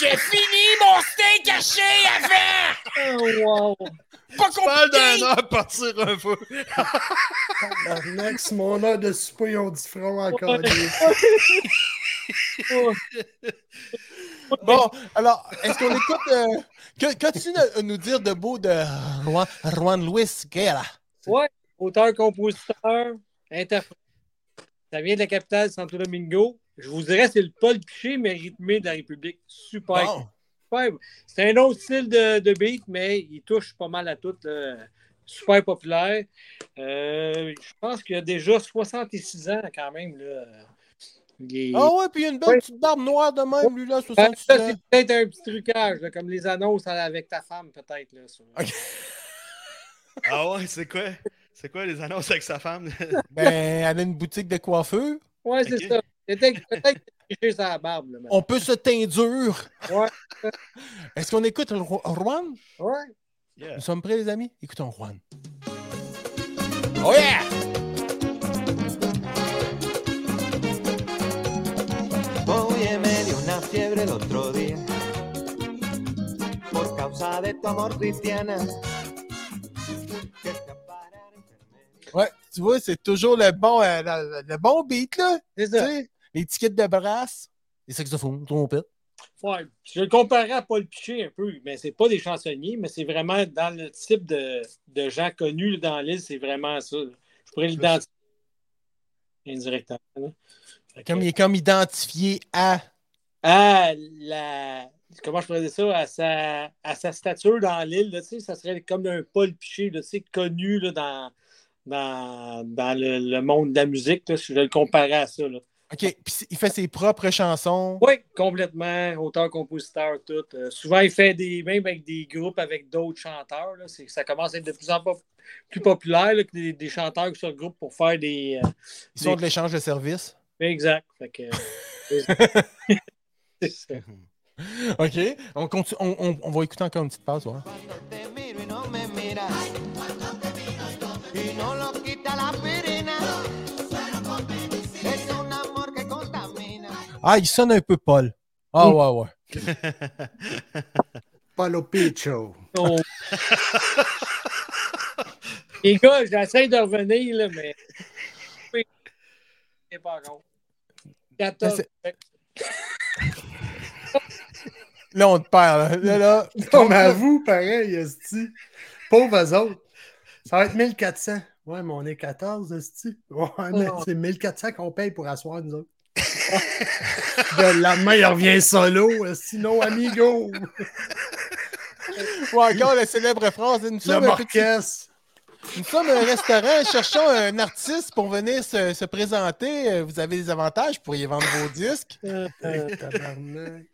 E: J'ai fini mon steak caché avant.
D: Oh, wow.
E: Pas
B: Tu parles d'un heure partir un feu.
C: Next, mon heure de souper, ils ont du front en Calis.
D: Oh,
A: Bon, alors, est-ce qu'on écoute. euh, que, qu'as-tu à nous dire de beau de Juan, Juan Luis Guerra?
D: Auteur, compositeur, interprète. Ça vient de la capitale Santo Domingo. Je vous dirais, c'est le Paul Piché, mais rythmé de la République. Super.
A: Bon.
D: super. C'est un autre style de, de beat, mais il touche pas mal à tout. là. Super populaire. Euh, je pense qu'il a déjà 66 ans quand même. Là. Il est-
A: Ah ouais, puis il y a une belle
D: Ouais.
A: petite barbe noire de même, lui, là,
D: Ben,
A: 66
D: ça,
A: ans.
D: c'est peut-être un petit trucage, là, comme les annonces avec ta femme, peut-être. Là, sur-
A: Ok.
B: Ah ouais, c'est quoi? C'est quoi les annonces avec sa femme? <laughs>
A: Ben, elle a une boutique de coiffeur.
D: Ouais, c'est
B: Ok.
D: ça. Peut-être peut-être que j'ai sa barbe. Là, maintenant.
A: On peut se teindre.
D: Ouais.
A: <laughs> Est-ce qu'on écoute le Ro- Juan?
D: Ouais.
B: Yeah.
A: Nous sommes prêts, les amis? Écoutons Juan. Oh yeah!
E: Oye, me dio una fiebre el otro día por causa de tu amor, Cristiana. Que está para la enfermedad.
A: Ouais, tu vois, c'est toujours le bon, euh, le, le bon beat, là.
D: C'est
A: Tu
D: ça.
A: sais, les tickets de brasse, les saxophones, trompettes.
D: Ouais. Je le comparais à Paul Piché un peu, mais c'est pas des chansonniers, mais c'est vraiment dans le type de, de gens connus dans l'île, c'est vraiment ça. là. Je pourrais l'identifier indirectement. là. Fait que-
A: Comme il est comme identifié à.
D: à la. Comment je pourrais dire ça? À sa, à sa stature dans l'île, là, tu sais, ça serait comme un Paul Piché, là, tu sais, connu là, dans, dans, dans le, le monde de la musique, là, si je le comparais à ça. là.
A: OK, puis il fait ses propres chansons.
D: Oui, complètement, auteur, compositeur, tout. Euh, souvent, il fait des même avec des groupes avec d'autres chanteurs. là, c'est- ça commence à être de plus en pop- plus populaire là, que des, des chanteurs qui se regroupent pour faire des. euh,
A: Ils sont de l'échange de services.
D: exact. Fait que, c'est ça.
A: OK, on, continue- on, on- on va écouter encore une petite pause. ouais.
E: Cuando te miro y no me miras. Y no lo quita la pirina. Es un amor que contamina.
A: Ah, il sonne un peu Paul. Ah,
D: Mm.
A: ouais, ouais.
C: Paulo Picho.
D: Oh. Les gars, j'essaie de revenir, là, mais. C'est pas con. 14.
A: Là, on te perd. Là, là, <laughs> là.
C: <laughs> Comme à vous, pareil, Esti. Pauvres eux autres. Ça va être 1400. Ouais, mais on est 14, Esti. Ouais, mais c'est 1400 qu'on paye pour asseoir, nous autres. <laughs> De la main, il revient solo, Esti. Non, amigo.
A: Ou encore la célèbre phrase. Nous
C: Le
A: sommes, un petit-
C: Marquès.
A: nous sommes un restaurant, cherchons un artiste pour venir se, se présenter. Euh, Vous avez des avantages, vous pourriez vendre vos disques.
D: euh,
C: Ah, tabarnak.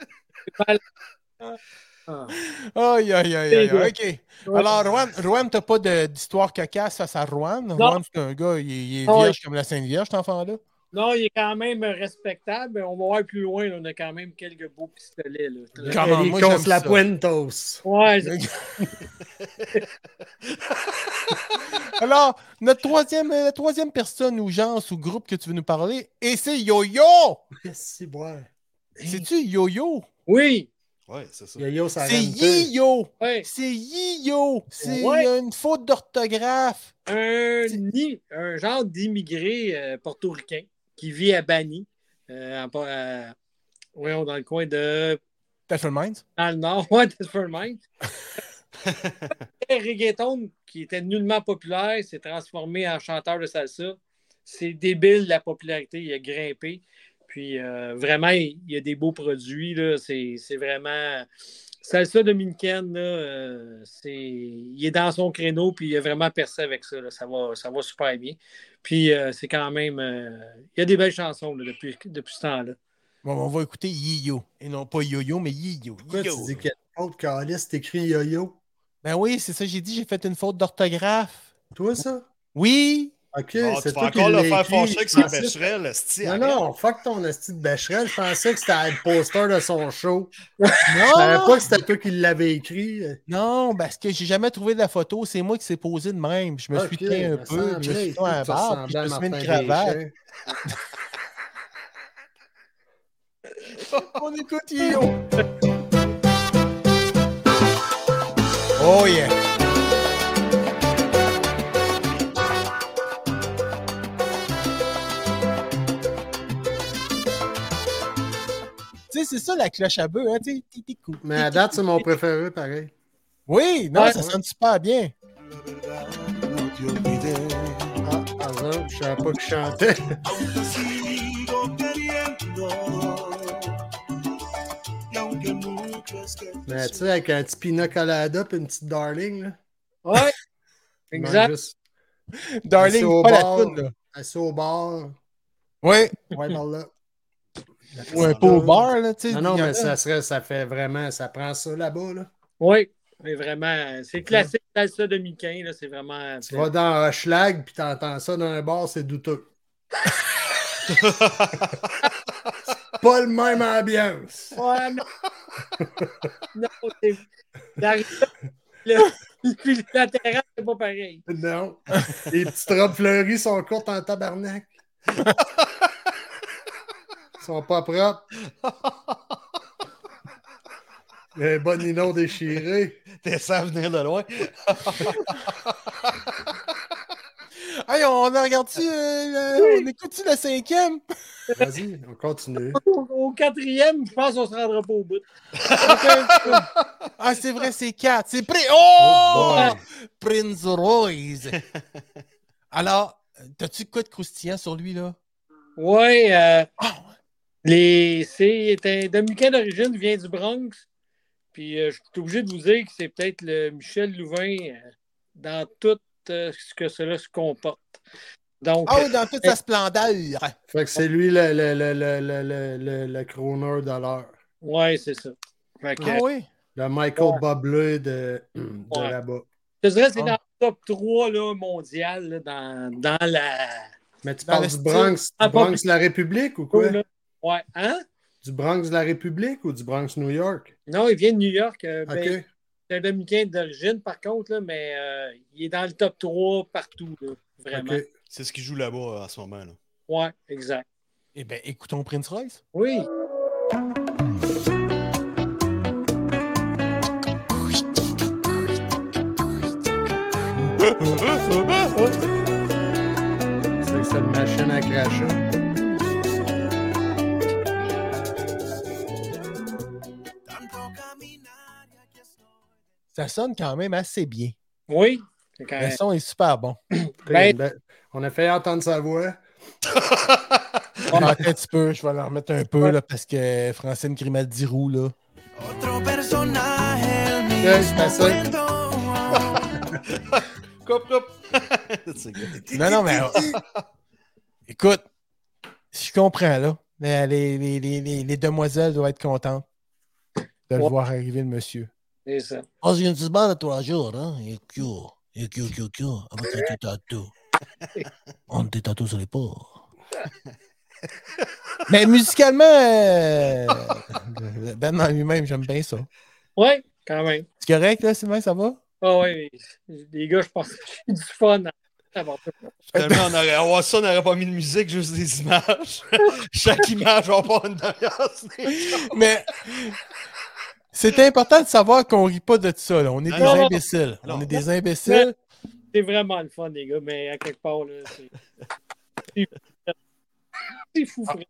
A: Aïe, aïe, aïe, aïe,
D: Les
A: OK. Alors, Juan, Juan t'as pas de- d'histoire cocasse face à Juan. Juan, c'est un gars, il, il est
D: Ah,
A: vierge comme la Sainte Vierge, cet enfant-là.
D: Non, il est quand même respectable. mais On va voir plus loin. là, on a quand même quelques beaux pistolets. Là.
A: Comment,
C: Eric
A: moi, j'aime
C: Os la
A: ça.
C: Puentos.
D: Ouais, c'est-
A: Alors, notre troisième, euh, la troisième personne ou genre ou groupe que tu veux nous parler, et c'est Yo-Yo!
C: Merci, boire.
A: C'est-tu Yo-Yo?
D: oui,
B: ouais, c'est ça.
C: Yo-yo, ça
A: C'est
C: rentre.
A: Yi-Yo!
D: ouais.
A: C'est Yi-Yo! C'est
D: Ouais.
A: il y a une faute d'orthographe!
D: un, ni- un genre d'immigré euh, portoricain qui vit à Bani, euh, en par- à- voyons, dans le coin de
A: Tashful Minds?
D: dans le nord, <laughs> ouais, Desperate Mind. reggaeton, qui était nullement populaire, s'est transformé en chanteur de salsa. C'est débile la popularité, il a grimpé. Puis euh, vraiment, il il y a des beaux produits. là. C'est c'est vraiment. Salsa dominicaine, là, euh, c'est- il est dans son créneau, puis il a vraiment percé avec ça. là. Ça, va, ça va super bien. Puis euh, c'est quand même. euh, il y a des belles chansons là, depuis, depuis ce temps-là.
A: Bon, on va écouter Yi-Yo. Et non pas Yo-Yo, mais Yi-Yo.
C: Pourquoi tu
A: Yo.
C: dis qu'il y a autre calice, t'écris yo-yo?
A: Ben oui, c'est ça, j'ai dit, j'ai fait une faute d'orthographe.
C: Toi, ça?
A: Oui!
C: Ok,
B: Bon, Ah, tu
C: c'est
B: vas
C: toi qui
B: encore le
C: l'as
B: faire
C: écrit.
B: fâcher avec ses
C: Francis,
B: bécherelles, esti,
C: Non,
B: arrête.
C: non, fuck ton esti de Becherel. Je pensais que c'était le poster de son show. Je savais
A: Non!
C: pas que c'était toi qui l'avais écrit.
A: Non, parce que j'ai jamais trouvé de la photo, c'est moi qui s'est posé de même. Je me suis
C: Ok,
A: teint un
C: me
A: peu,
C: semble,
A: je me suis
C: hey,
A: mis un
C: tu
A: barbe, puis je me suis
C: ressemblais à
A: mis une
C: Martin
A: cravate.
C: Deschamps.
A: On écoute Yo! Oh yeah!
E: Yo,
A: Tu sais, c'est ça la cloche à bœuf. Hein, tu sais, ti- ti- cou-
C: Mais
A: ti-
C: à
A: ti-
C: date,
A: cou-
C: c'est mon préféré, pareil.
A: <laughs> Oui, non,
D: Ouais.
A: ça sonne super bien.
F: No te olvidé.
C: Ah, hasard, je savais pas que je chantais.
F: Aún sigo queriendo. Y aunque mucho esté
C: Mais tu sais, avec un petit pina colada puis une petite darling, là.
D: Ouais.
C: Il manque
D: exact.
C: juste
A: Darling,
C: Assez au
A: pas la
C: bord.
A: toune, là.
C: Assez au bar,
A: Oui,
C: ouais, par là.
A: ou un pot au bar, là, tu sais.
C: Non, non,
A: il y en
C: mais
A: a.
C: ça serait, ça fait vraiment, ça prend ça là-bas, là.
D: Oui. Mais vraiment, c'est classique salsa de Miquin, là, c'est vraiment.
C: Tu vas dans Schlag puis t'entends ça dans un bar,
A: <laughs>
C: c'est douteux. pas le même ambiance.
D: <laughs> Ouais,
A: <laughs>
D: mais- non, c'est. La... Le... <laughs> Puis la terrasse, c'est pas pareil.
C: Non. Les petites robes fleuries sont courtes en tabarnak. Ils sont pas propres. Un bon nylon déchiré.
B: T'es ça venir de loin.
A: Hey, on a regardé-tu, euh, le- on écoute-tu le cinquième?
C: Vas-y, on continue.
D: Au, au quatrième, je pense qu'on se rendra pas au bout.
A: ah, c'est vrai, c'est quatre. C'est prêt. Oh!
C: boy.
A: Prince Royce. Alors, t'as-tu quoi de croustillant sur lui, là?
D: Oui, euh,
A: Ah,
D: les... c'est un Dominicain d'origine, vient du Bronx. Puis euh, je suis obligé de vous dire que c'est peut-être le Michel Louvain euh, dans tout euh, ce que cela se comporte. Donc,
A: Ah oui, dans toute sa splendeur.
C: Fait que c'est lui le, le, le, le, le, le, le- le crooner de l'heure.
D: ouais, c'est ça. Fait que,
A: Ah oui?
C: Le Michael
D: Ouais.
C: Bublé de, <clears throat> de
D: Ouais.
C: là-bas.
D: Je te dirais que c'est
A: Ah.
D: dans le top 3 là, mondial là, dans, dans la.
C: Mais tu
A: Dans
C: parles
A: le
C: du
A: style.
C: Bronx,
D: Ah,
C: du Bronx
D: pas-
C: de la République ou quoi?
D: Là. Ouais, hein?
C: Du Bronx de la République ou du Bronx New York?
D: Non, il vient de New York. euh, ben,
C: OK.
D: C'est un Dominicain d'origine, par contre, là, mais euh, il est dans le top 3 partout, là, vraiment.
C: OK.
B: C'est ce qui joue là-bas euh, en ce moment. Là. <laughs>
D: Ouais, exact.
A: Eh bien, écoutons Prince Royce.
D: Oui.
C: C'est que cette machine à cracher.
F: tanto caminar y aquí estoy.
A: Ça sonne quand même assez bien.
D: Oui. C'est quand
A: Le
D: même-
A: son est super bon.
D: Ben-
C: Ben, on a fait entendre sa voix.
A: Attends un petit peu, je vais leur remettre un peu, là, parce que Francine Grimaldi roux, là.
F: Otro personaje, el
C: Ya, está,
F: mismo
C: soy.
F: cuento.
B: Cop, cop.
C: <laughs>
B: C'est good.
A: Non, non, mais. euh, Écoute, je comprends, là. Mais les, les- les- les- les demoiselles doivent être contentes de le
D: Ouais.
A: voir arriver, le monsieur.
D: C'est ça.
A: Ah, j'ai une petite barre de trois jours, hein. Et cute. Et cute, cute, cute. Avec un petit
B: <laughs>
A: tatou. On te tatoue sur les porcs. Mais musicalement, euh, Ben en lui-même, j'aime bien ça.
D: Ouais, quand même.
A: C'est correct, là, Sylvain, ça va?
D: Ah ouais, les gars, je pense que j'ai du fun. à- à avoir ça.
B: Finalement, on aurait, avoir ça, on n'aurait pas mis de musique, juste des images. <laughs> Chaque image, on va avoir une derrière.
A: Mais c'est important de savoir qu'on rit pas de ça. Là. On est des
B: Non,
D: non.
A: imbéciles.
B: Non.
A: On est des imbéciles.
D: C'est vraiment le fun, les gars, mais à quelque part, là, c'est. c'est- C'est fou, frère.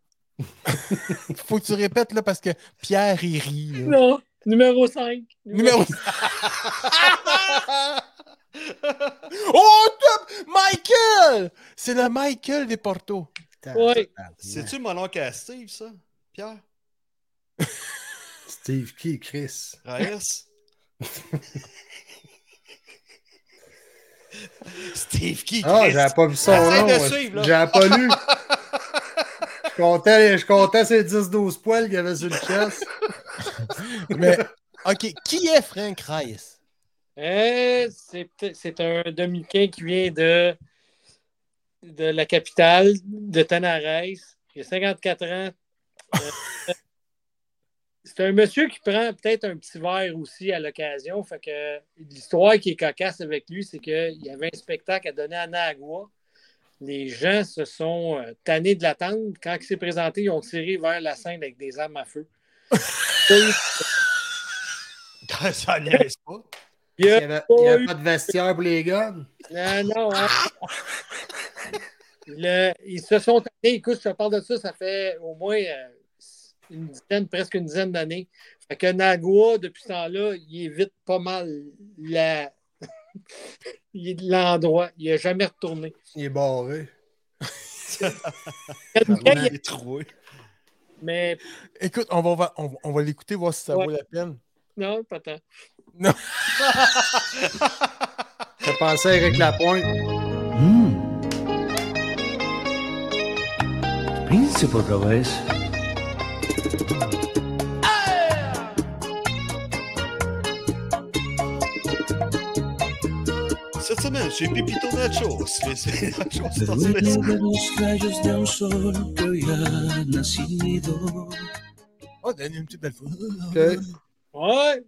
A: Faut que tu répètes là parce que Pierre il rit.
C: Ah.
A: là.
D: Non, numéro 5.
A: Numéro. <laughs> oh top! Michael! C'est le Michael des Portos.
D: Ouais.
B: C'est-tu mon oncle à Steve, ça? Pierre?
C: Steve qui, Chris?
B: Raïs? <laughs> Steve qui?
C: Ah,
B: Chris?
C: j'avais pas vu son
B: Essaye
C: nom.
B: de
C: moi.
B: suivre, là.
C: J'avais pas lu. Je comptais, je comptais ces 10-12 poils qu'il y avait sur le chest.
A: <laughs> Mais ok, qui est Frank Rice?
D: Euh, c'est peut-être- c'est un Dominicain qui vient de, de la capitale, de Tanares. Il a 54 ans. Euh, <laughs> c'est un monsieur qui prend peut-être un petit verre aussi à l'occasion. Fait que l'histoire qui est cocasse avec lui, c'est qu'il y avait un spectacle à donner à Nagua. Les gens se sont euh, tannés de l'attendre. Quand il s'est présenté, ils ont tiré vers la scène avec des armes à feu.
B: <laughs> ça niaise pas.
D: Il y
C: Il
D: a-
C: n'y avait, il y avait pas de vestiaire pour les gars.
D: Non, non, hein. Le- ils se sont tannés. Écoute, je te parle de ça, ça fait au moins euh, une dizaine, presque une dizaine d'années. Fait que Nagua, depuis ce temps-là, il évite pas mal la... <laughs> il est de l'endroit. Il n'a jamais retourné.
C: Il est barré.
D: Quelqu'un, il-
B: est troué.
D: Mais
A: Écoute, on va, va- on, va- on va l'écouter, voir si ça
D: Ouais.
A: vaut la peine.
D: non, pas tant.
C: T'as pensé à Eric Lapointe?
G: Príncipe otra vez.
B: Cette semaine, chez Pipito Nachos. Les- les nachos
C: <laughs>
G: Me
B: dans les-
G: dueño de los rayos de un sol que hoy ha nacido.
A: Oh, donne une petite belle fois.
C: Ok.
D: Ouais,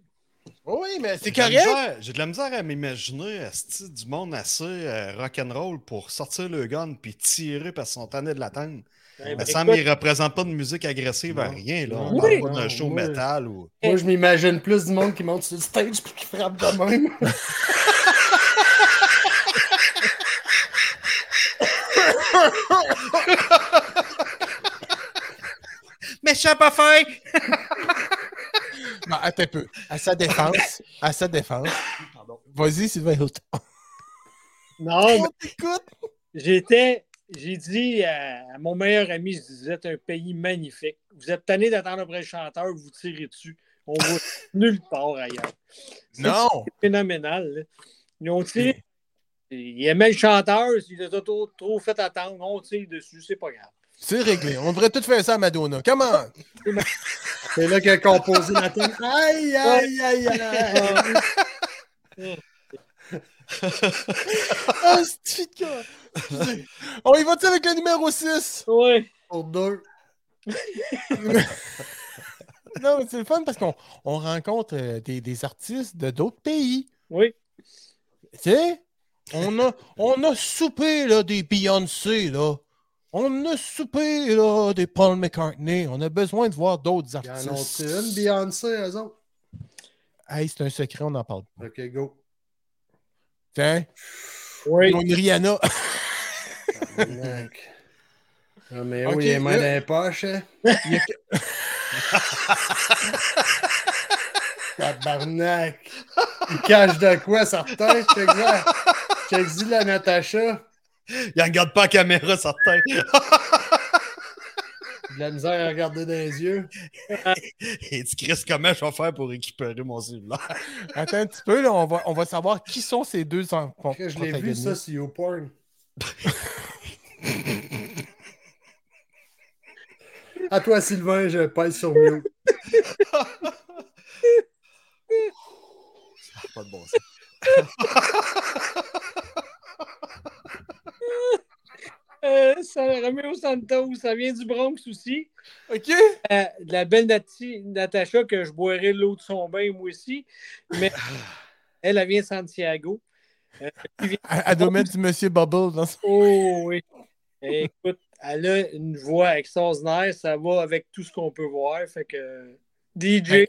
A: Oh oui, mais c'est
B: J'ai de la
A: correct.
B: misère- J'ai de la misère à m'imaginer asti, du monde assez euh, rock'n'roll pour sortir le gun puis tirer parce qu'ils sont tannés de l'attendre.
D: Ben,
B: Mais
D: ben,
B: Sam, il ne représente pas de musique agressive à
C: Non.
B: rien. Là. On
C: Oui.
B: parle pas d'un
C: Non,
B: show
C: oui.
B: metal ou.
C: Moi, je m'imagine plus du monde qui monte sur le stage puis qui frappe de même.
B: Méchant pas fait!
A: Non, attends un peu. À sa <laughs> défense. à sa défense. Vas-y, Sylvain.
D: Non,
A: On t'écoute.
D: J'étais, j'ai dit à, à mon meilleur ami, je dis, vous êtes un pays magnifique. Vous êtes tanné d'attendre après le chanteur, vous tirez dessus. On va nulle part ailleurs. C'est
A: Non.
D: phénoménal. là. Ils ont tiré. Ils aimaient le chanteur, ils les ont trop, trop fait attendre. On tire dessus, c'est pas grave.
A: C'est réglé. On devrait tout faire ça à Madonna. Come on.
C: C'est là qu'il a composé la tune. Aïe, aïe, aïe, aïe.
A: Ah, c'est gars. <laughs> On y va-tu avec le numéro 6?
D: <laughs> ouais.
C: Pour deux.
A: Non, mais c'est le fun parce qu'on on rencontre euh, des, des artistes de d'autres pays.
D: Oui.
A: Tu sais, on a, on a soupé là, des Beyoncé, là. On a soupé là, des Paul McCartney. On a besoin de voir d'autres
C: Ils en ont
A: artistes.
C: une, Beyoncé, eux autres?
A: Hey, c'est un secret, on n'en parle pas.
C: Ok, go.
A: Tiens,
D: Oui.
A: on a
C: <laughs>
A: Rihanna.
C: Tabarnak. Ah, mais
A: Ok,
C: oui, il est main
A: là-
C: dans les poches, hein? Tabarnak! Il cache de quoi, certain? Check ça. Check ça, la Natacha.
B: Il regarde pas la caméra, certain. <laughs>
C: De la misère à regarder dans les yeux.
B: Il dit Chris, comment je vais faire pour récupérer mon cellulaire?
A: Attends un petit peu, là, on, va, on va savoir qui sont ces deux enfants.
C: Que je l'ai vu, ça, c'est <laughs> YouPorn. à toi, Sylvain, je pèse sur mieux.
B: Pas de bon sens.
D: Euh, ça, Romeo Santos, ça vient du Bronx aussi.
A: OK?
D: Euh, de la belle Nati- Natacha, que je boirais l'eau de son bain, moi aussi. Mais elle, elle vient de Santiago.
A: À, à domaine du Monsieur Bubble. Dans son-
D: Oh oui. Écoute, elle a une voix extraordinaire, ça va avec tout ce qu'on peut voir. Fait que DJ,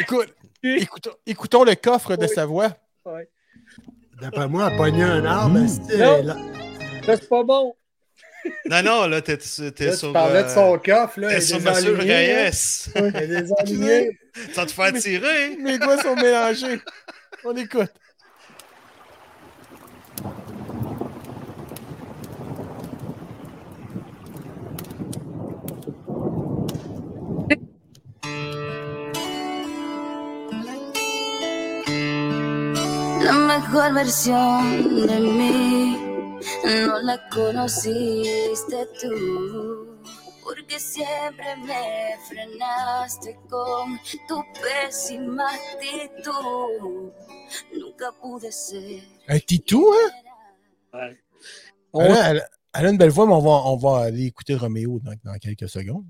A: Écoute, écoutons, écoutons le coffre de
D: Oui.
A: sa <laughs> voix.
D: ouais.
C: D'après moi, elle a pogné un arbre. esti, elle est là.
D: Ça, c'est pas bon.
B: Non, non, là, t'es t'es
C: Là, tu
B: sur.
C: parlais de
B: euh,
C: son coffre, là.
B: T'es
C: Elle est
B: sur Monsieur
C: désalignée, là.
B: Reyes.
C: Elle est <laughs> désalignée.
B: Tu vas te faire tirer.
A: Mes doigts sont mélangés. On écoute.
H: La mejor versión de mí no la conociste tú, porque siempre me frenaste con tu pésima actitud. Nunca pude ser.
A: Un titou, hein?
D: On-
A: Elle, elle- elle a une belle voix, mais on va, on va aller écouter Roméo dans, dans quelques secondes.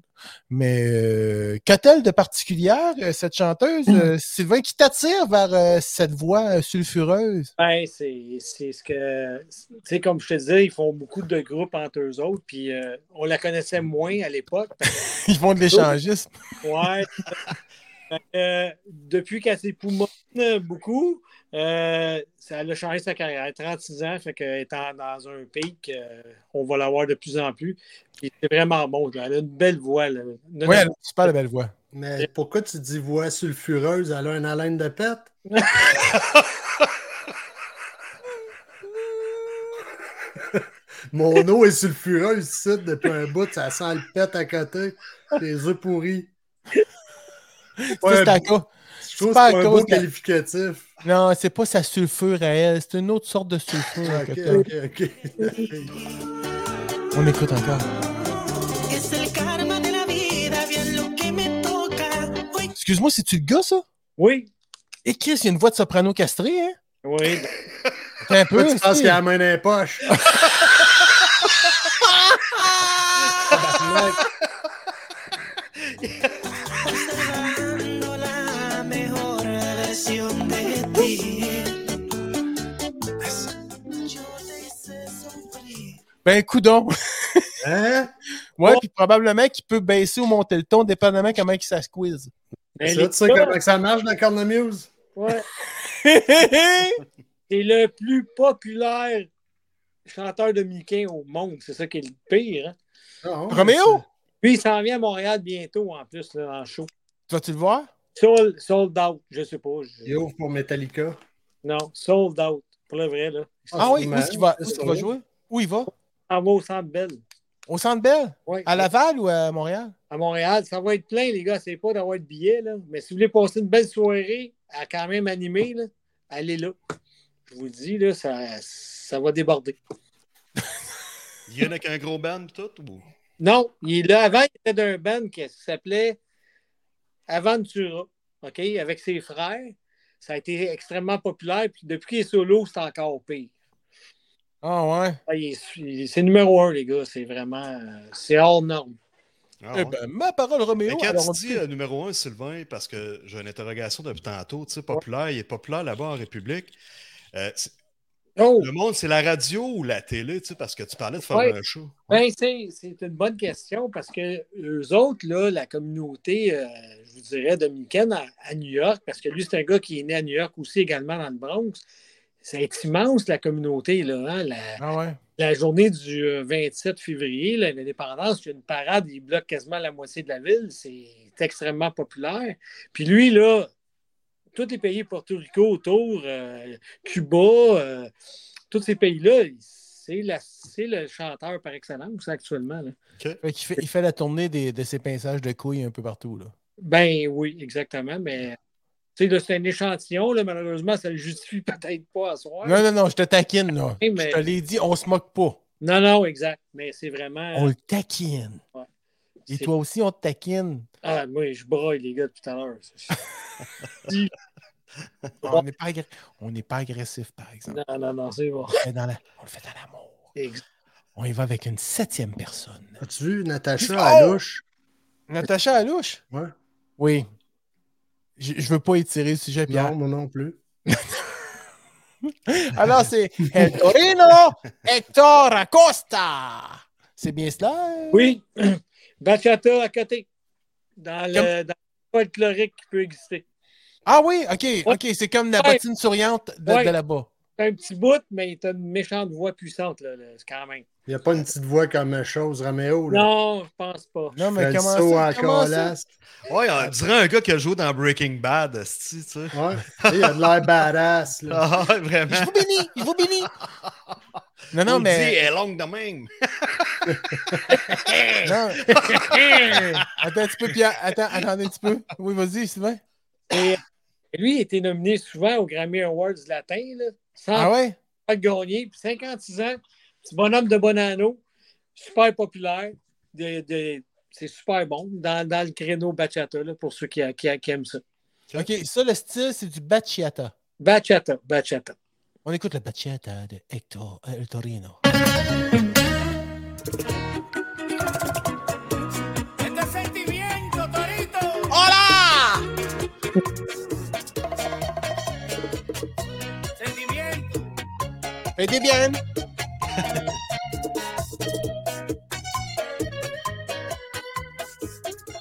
A: Mais euh, qu'a-t-elle de particulière, euh, cette chanteuse, euh, Sylvain, qui t'attire vers euh, cette voix euh, <laughs> sulfureuse?
D: Ben, c'est c'est ce que. Tu sais, comme je te disais, ils font beaucoup de groupes entre eux autres, puis euh, on la connaissait moins à l'époque.
A: Ils font de l'échangisme.
D: Ouais. Euh, depuis qu'elle s'est poumonnée beaucoup, euh, ça elle a changé sa carrière. 36 ans, fait qu'elle est en- dans un pic, euh, on va la voir de plus en plus. Puis c'est vraiment bon. là. Elle a une belle voix. là. Non,
A: Oui, elle
D: non,
A: a une super belle voix.
C: Mais pourquoi tu dis voix sulfureuse? Elle a une haleine de pète? Mon eau est sulfureuse ici depuis un bout, ça sent le pète à côté, les œufs pourris.
A: Ça,
C: Ouais,
A: c'est à cause-
C: je trouve que c'est
A: pas à
C: pas un
A: cause
C: beau
A: de la-
C: qualificatif.
A: Non, c'est pas sa sulfure à elle, c'est une autre sorte de sulfure.
C: Ok,
A: que t'as.
C: ok, ok.
A: On écoute encore.
F: Es el karma de la vida, bien lo que me toca. Hoy
A: Excuse-moi, c'est-tu le gars, ça?
D: Oui,
A: Et Chris, il y a une voix de soprano castrée, hein?
D: oui.
A: T'es un peu.
C: Toi, tu penses
A: si.
C: qu'il a la main dans les poches?
F: dando la mejor versión de ti. Yo te hice sufrir.
A: Ben, coudon.
C: Hein?
A: Ouais,
D: Oh.
A: puis probablement qu'il peut baisser ou monter le ton, dépendamment comment il ça squeeze.
D: Mais
C: Ça,
D: les
C: tu sais
D: gars,
C: comment que ça marche dans Cornemuse?
D: ouais,
A: ouais,
D: c'est le plus populaire chanteur de Mickey au monde. C'est ça qui est le pire. hein.
C: Non,
A: Roméo?
D: Puis il s'en vient à Montréal bientôt, en plus, là, dans le show.
A: Tu vas-tu le voir?
D: Sold, sold out, je sais pas. je-
C: Il ouvre pour Metallica.
D: Non, sold out, pour le vrai. Là.
A: Ah oui, où est-ce qu'il va, où
C: c'est
A: est-ce qu'il va
C: drôle.
A: jouer? Où il va?
D: Ça va au Centre Bell.
A: Au Centre Bell?
D: Ouais.
A: À Laval ou à Montréal?
D: à Montréal. Ça va être plein, les gars. C'est pas d'avoir de billets, là. Mais si vous voulez passer une belle soirée, à quand même animée, là, allez là. Je vous le dis, là, ça, ça va déborder.
B: Il y en a qu'un gros band pis tout ou...
D: Non, il est là. Avant, il était d'un band qui s'appelait Aventura, OK, avec ses frères. Ça a été extrêmement populaire. Puis depuis qu'il est solo, c'est encore pire.
A: Ah ouais.
D: Ah, il est- il- C'est numéro un, les gars. C'est vraiment. euh, C'est hors norme.
B: Ah,
A: Eh
B: ouais.
A: ben, ma parole,
B: Mais
A: Roméo.
B: quand
A: alors on-
B: tu dis euh, numéro un, Sylvain, parce que j'ai une interrogation depuis tantôt, tu sais, populaire, il est populaire là-bas en République. Euh, c'est-
D: Oh!
B: le monde, c'est la radio ou la télé, tu sais, parce que tu parlais de faire
D: Ouais.
B: un show.
D: Ben, c'est c'est une bonne question parce que eux autres, là, la communauté, euh, je vous dirais, dominicaine à, à New York, parce que lui, c'est un gars qui est né à New York aussi, également dans le Bronx. C'est immense, la communauté. Là, hein, la,
A: Ah ouais.
D: la journée du euh, 27 février, là, l'indépendance, il y a une parade, il bloque quasiment la moitié de la ville. C'est extrêmement populaire. Puis lui, là, tous les pays Porto Rico autour, euh, Cuba, euh, tous ces pays-là, c'est la- c'est le chanteur par excellence actuellement. là.
A: Fait qu'il fait- il fait, la tournée des- de ses pinçages de couilles un peu partout, là.
D: Ben oui, exactement, mais tu sais, là, c'est un échantillon, là, malheureusement, ça le justifie <laughs> peut-être pas à soir.
A: Non, non, non, je te taquine, là.
D: Oui, mais-
A: Je te l'ai dit, on se moque pas.
D: Non, non, exact, mais c'est vraiment...
A: On le taquine.
D: Ouais.
A: Et
D: C'est-
A: toi aussi, on te taquine.
D: Ah, moi, je broille, les gars, depuis tout à l'heure.
A: <laughs> On n'est pas, agré- on n'est pas agressif, par exemple.
D: Non, non, non, c'est bon.
A: On le fait dans la- on le fait dans l'amour.
D: Exact.
A: On y va avec une septième personne.
C: As-tu vu Natacha à
A: Oh!
C: louche?
A: Natacha Alouche?
C: Ouais.
A: Oui. Je, je veux pas étirer le sujet, Pierre.
C: Non, moi non plus.
A: Alors,
C: <laughs>
A: c'est El Torino Hector Acosta. C'est bien cela?
D: Oui, <clears throat> bachata à côté, dans le, dans le folklorique qui peut exister.
A: Ah oui, OK, OK. C'est comme la
D: Ouais.
A: patine souriante de,
D: Ouais.
A: de là-bas.
D: C'est un petit bout, mais t'as une méchante voix puissante, là, là, c'est quand même.
C: Il n'y a pas une petite voix comme euh, chose, Roméo. Là.
D: Non, je pense pas.
A: Non,
C: Fait
A: mais
C: le
A: comment
C: saut
A: ça?
C: en
A: Comment ça?
C: colasse.
B: Ouais, on dirait un gars qui a joué dans Breaking Bad, esti, tu sais.
C: Ouais. Tu sais, Il a de l'air badass. Là.
B: Ah, vraiment.
A: Je vous bénis, je vous
C: <laughs>
A: bénis. Non,
B: On
A: non,
B: dit,
A: mais...
B: elle est longue de même.
C: <laughs>
A: non. Attends un petit peu, Pierre. Attends, attendez un petit peu. Oui, vas-y, Sylvain.
D: Et, et lui, il a été nominé souvent aux Grammy Awards latins, là, sans
A: Ah ouais?
D: pas de gagner, puis 56 ans, petit bonhomme de Bonanno, super populaire, de- de- c'est super bon, dans, dans le créneau bachata, là, pour ceux qui, qui- qui aiment ça.
A: OK, ça, le style, c'est du bachata.
D: Bachata, bachata.
A: On écoute le bachata de Hector euh, El Torino.
F: Este sentimiento, Torito.
A: ¡Hola!
F: Sentimiento.
A: Vete Eh, bien. <laughs>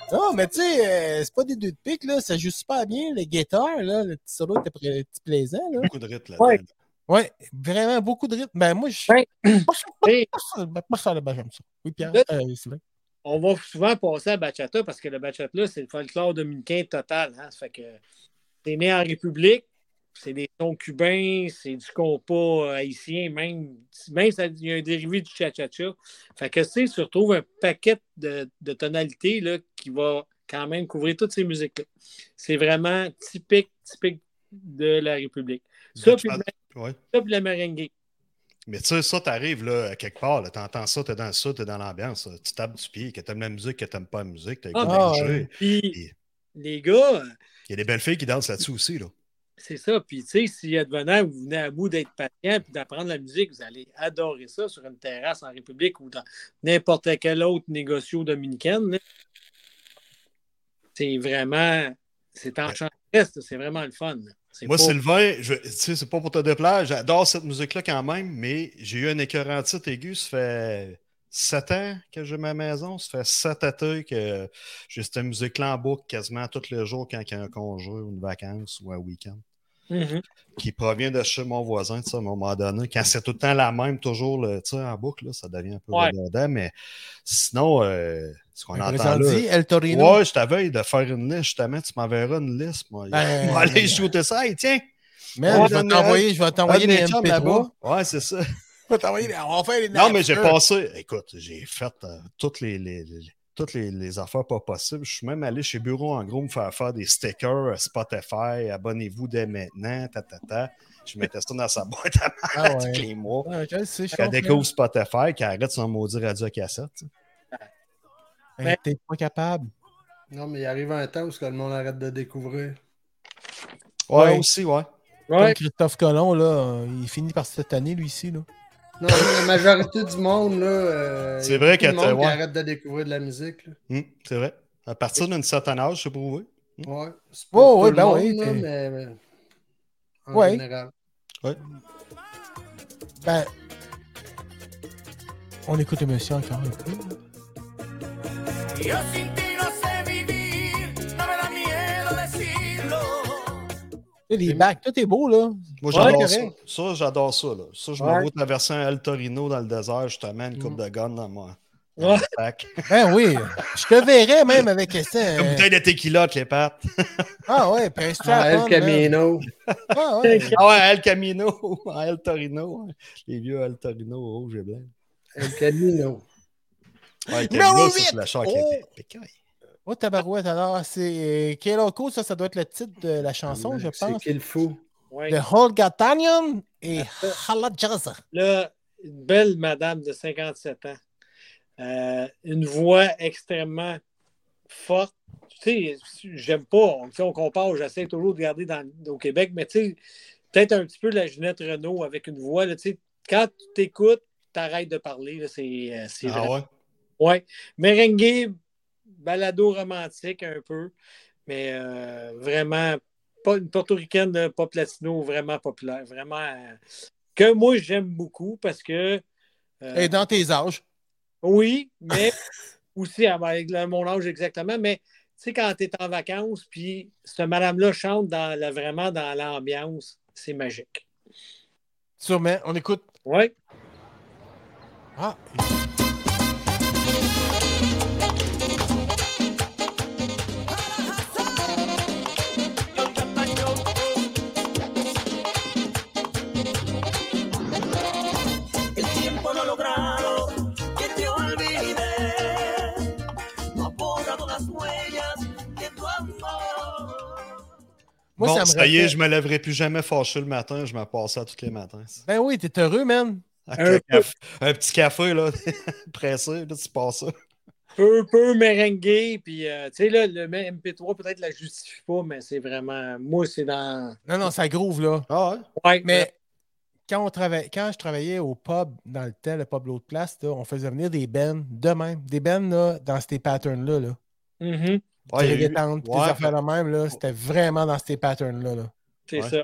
A: Non, mais tu sais, euh, c'est pas des deux de pique, là. Ça joue super bien, le guetteur, là. Le petit solo était pr- petit plaisant, là.
B: Beaucoup de rythme là-dedans.
D: Ouais.
A: Ouais, vraiment beaucoup de rythme. Ben, moi, je. <coughs>
D: Ouais.
A: Moi, ça-
D: Et
A: moi, ça- moi, ça, là-bas, j'aime ça. Oui, Pierre,
D: Là-
A: euh, c'est vrai.
D: on va souvent passer à Bachata parce que le Bachata, c'est le folklore dominicain total. Hein? Ça fait que t'es né en République, c'est des sons cubains, c'est du compas haïtien, même, même ça, il y a un dérivé du cha-cha-cha. Fait que tu sais, tu retrouves un paquet de, de tonalités là, qui va quand même couvrir toutes ces musiques-là. C'est vraiment typique, typique de la République. Ça, puis le,
B: Ouais.
D: ça, puis le merengue.
B: Mais tu sais, ça, t'arrives là, à quelque part, là, t'entends ça, t'es dans ça, t'es dans l'ambiance, là. tu tapes du pied, que t'aimes la musique, que t'aimes pas la musique, t'as le
D: Ah,
B: goût de
A: ben,
B: manger.
D: Puis les gars,
B: Il y a des belles filles qui dansent là-dessus aussi, là.
D: C'est ça. Puis, tu sais, si advenant, vous venez à bout d'être patient puis d'apprendre la musique, vous allez adorer ça sur une terrasse en République ou dans n'importe quel autre négocio dominicaine. là. C'est vraiment. C'est enchanté, ça. c'est vraiment le fun. là. C'est
B: Moi,
D: pas-
B: Sylvain, je, tu sais, c'est pas pour te déplaire, j'adore cette musique-là quand même, mais j'ai eu un écœurantite aigu, ça fait 7 ans que j'ai ma maison, ça fait 7 athées que j'ai cette musique-là en boucle quasiment tous les jours quand il y a un congé ou une vacance ou un week-end,
D: Mhm.
B: qui provient de chez mon voisin, tu sais, à un moment donné, quand c'est tout le temps la même, toujours, le, tu sais, en boucle, là, ça devient un peu
D: Ouais.
B: redondant, mais sinon, euh, ce qu'on entend là...
A: Présenté, El Torino.
B: Ouais, je t'avais de faire une liste, justement. Tu m'enverras une liste, moi.
A: Ben,
B: <laughs> On va aller shooter ça. Hey, tiens,
A: Man,
B: Ouais,
A: je vais
B: donne-
A: t'envoyer, je vais t'envoyer
B: un de
A: des
B: mes chums
A: MP3.
B: là-bas. Ouais, c'est ça.
A: Je vais t'envoyer des- On va faire les
B: Non, mais j'ai
A: Napster.
B: passé. Écoute, j'ai fait euh, toutes les. les- les- toutes les, les affaires pas possibles. Je suis même allé chez Bureau en gros me faire faire des stickers euh, Spotify, abonnez-vous dès maintenant, ta, ta, ta. Je mettais ça dans sa boîte à
A: Ah
B: main tous
A: ouais.
B: <laughs> les mois.
A: Ouais, je le sais, je
B: Elle
A: comprends.
B: découvre Spotify, qu'elle arrête son maudit radio cassette. tu sais.
A: Ben, T'es pas capable.
C: Non, mais il arrive un temps où ce que le monde arrête de découvrir.
B: Ouais,
A: Ouais.
B: aussi, ouais.
A: Comme
D: Ouais.
A: Christophe Colomb, là, euh, il finit par cette année, lui, ici, là.
C: Non, la majorité du monde, là. euh,
B: C'est
C: y a
B: vrai
C: beaucoup de
B: que t'as-
C: monde qui
B: ouais.
C: arrête de découvrir de la musique. là.
B: Hum, c'est vrai. À partir d'une certaine âge, c'est prouvé.
C: Ouais. C'est
A: Ouais,
C: tout
A: ouais,
C: le
A: ben
C: monde,
A: ouais,
C: là,
A: t'es-
C: mais, mais En
A: Ouais.
C: général.
A: Ben, on écoute le monsieur encore un peu.
F: Yo sin ti no sé vivir, no me da miedo decirlo.
A: Là, Les bacs, tout est beau, là.
B: Moi,
D: Ouais,
B: j'adore ça.
D: correct.
B: Ça, j'adore ça. Là. Ça, je
D: Ouais.
B: me vois traverser un El Torino dans le désert, justement, une coupe de gun dans moi. Dans
D: Ouais.
B: le sac.
A: Ben oui. Je te verrais même avec ça.
B: Une
A: euh,
B: bouteille de tequila avec les pattes.
A: Ah ouais, puis un strap
C: Ah, El Camino.
A: Ah ouais.
B: Ah ouais, El Camino, <laughs> en El Torino. Les vieux El Torino rouge et blanc.
C: El Camino.
B: Ouais, El
A: Numéro
B: Camino, ça,
A: huit.
B: c'est la chair qui
A: Oh.
B: était pécaille.
A: Oh, tabarouette, alors, c'est... euh, Quel loco, ça, ça doit être le titre de la chanson, je
C: C'est
A: pense.
C: qu'il faut.
D: Ouais.
A: The Whole Gatanian et Halajaza.
D: Là, une belle madame de 57 ans. Euh, une voix extrêmement forte. Tu sais, j'aime pas. On, tu sais, on compare, j'essaie toujours de garder dans, au Québec, mais tu sais, peut-être un petit peu de la Ginette Renault avec une voix. Là, tu sais, quand tu t'écoutes, t'arrêtes de parler. là, c'est euh, c'est
B: Ah
D: vrai.
B: ouais?
D: Ouais. Merengue, balado romantique un peu, mais euh, vraiment pas une portoricaine euh, pas platino, vraiment populaire. Vraiment euh, que moi j'aime beaucoup parce que euh,
A: Et dans tes âges.
D: oui, mais <laughs> aussi avec le- mon âge exactement, mais tu sais, quand tu es en vacances, puis ce madame-là chante dans la- vraiment dans l'ambiance, c'est magique.
A: Sûrement, on écoute.
D: Oui.
A: Ah,
F: El tiempo no ha logrado que te olvide. No ha borrado las huellas de tu amor.
A: moi,
B: bon,
A: ça me
B: ça y est,
A: rappelle-
B: je me lèverai plus jamais fâché le matin, je m'en passais à tous les matins.
A: Ben oui, t'es heureux, man.
B: Avec
D: Un
B: le
D: peu.
B: caf- Un, petit café, là, <laughs> pressé, là, tu passes ça.
D: peu, peu merengue. Puis, euh, tu sais, là, le MP3, peut-être la justifie pas, mais c'est vraiment. Moi, c'est dans.
A: Non, non, ça groove, là.
B: Ah ouais?
D: Ouais,
A: Mais quand, on travaillait, quand je travaillais au pub dans le temps, le pub l'autre place, là, on faisait venir des bennes de même. Des bennes là, dans ces patterns-là. Là.
D: mhm,
B: Ouais,
A: des
B: il y a eu-
A: reggaetons, des
B: ouais,
A: affaires de même, là, c'était vraiment dans ces patterns-là. là.
D: c'est
B: Ouais.
D: ça.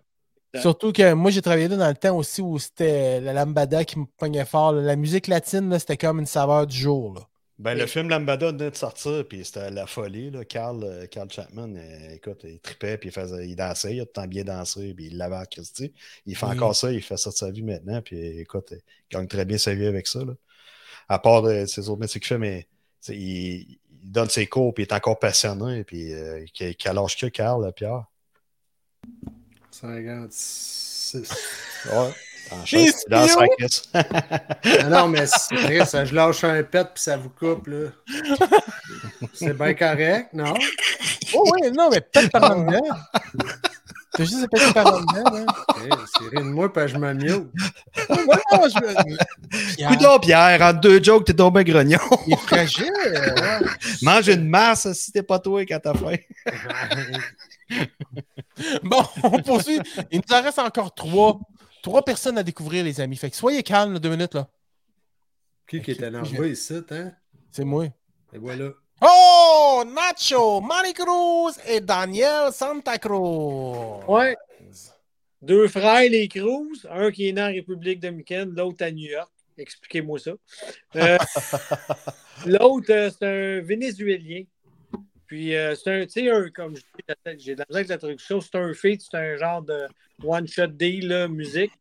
D: Ouais.
A: Surtout que moi, j'ai travaillé là dans le temps aussi
B: <laughs>
A: où c'était la lambada qui me pognait fort. là. La musique latine, là, c'était comme une saveur du jour. là.
B: Ben, le film Lambada venait de sortir, puis c'était la folie. Là. Carl, euh, Carl Chapman, euh, écoute, il tripait, puis il, faisait, il dansait, il a tout le temps bien dansé, puis il l'avait à Christie. Il fait
A: Oui.
B: encore ça, il fait ça de sa vie maintenant, puis euh, écoute, euh, il gagne très bien sa vie avec ça. Là. À part euh, ses autres métiers qu'il fait, mais tu sais, il, il donne ses cours, puis il est encore passionné, puis euh, quel quel âge que Carl, là, Pierre?
C: 56.
B: Ouais, en chaise, dans sa caisse.
C: Ah non, mais c'est vrai, ça, je lâche un pet puis ça vous coupe, là. C'est bien correct, non?
A: Oh oui, non, mais peut-être par en dedans. T'as juste pété par en dedans, hein.
C: Ok, c'est rien de moi, parce que je me miaule.
A: Non, non, je... Pierre,
B: Coudon, Pierre, en deux jokes, t'es tombé grognon.
A: il est fragile. hein.
B: <laughs> Mange une masse si t'es pas toi quand t'as faim.
A: Bon, <laughs> on poursuit. Il nous en reste encore trois. Trois personnes à découvrir, les amis. Fait que soyez calmes, là, deux minutes, là.
C: Qui qui est énervé ici, hein?
A: C'est moi.
C: Et voilà.
A: Oh! Nacho, Manny Cruz et Daniel Santa Cruz.
D: Ouais. Deux frères, les Cruz, un qui est né en République dominicaine, l'autre à New York. Expliquez-moi ça. Euh, l'autre, euh, c'est un Vénézuélien. Puis euh, c'est un, tu sais, un, comme je dis, j'ai de la misère avec la traduction, c'est un feat, c'est un genre de one-shot deal, là, musique.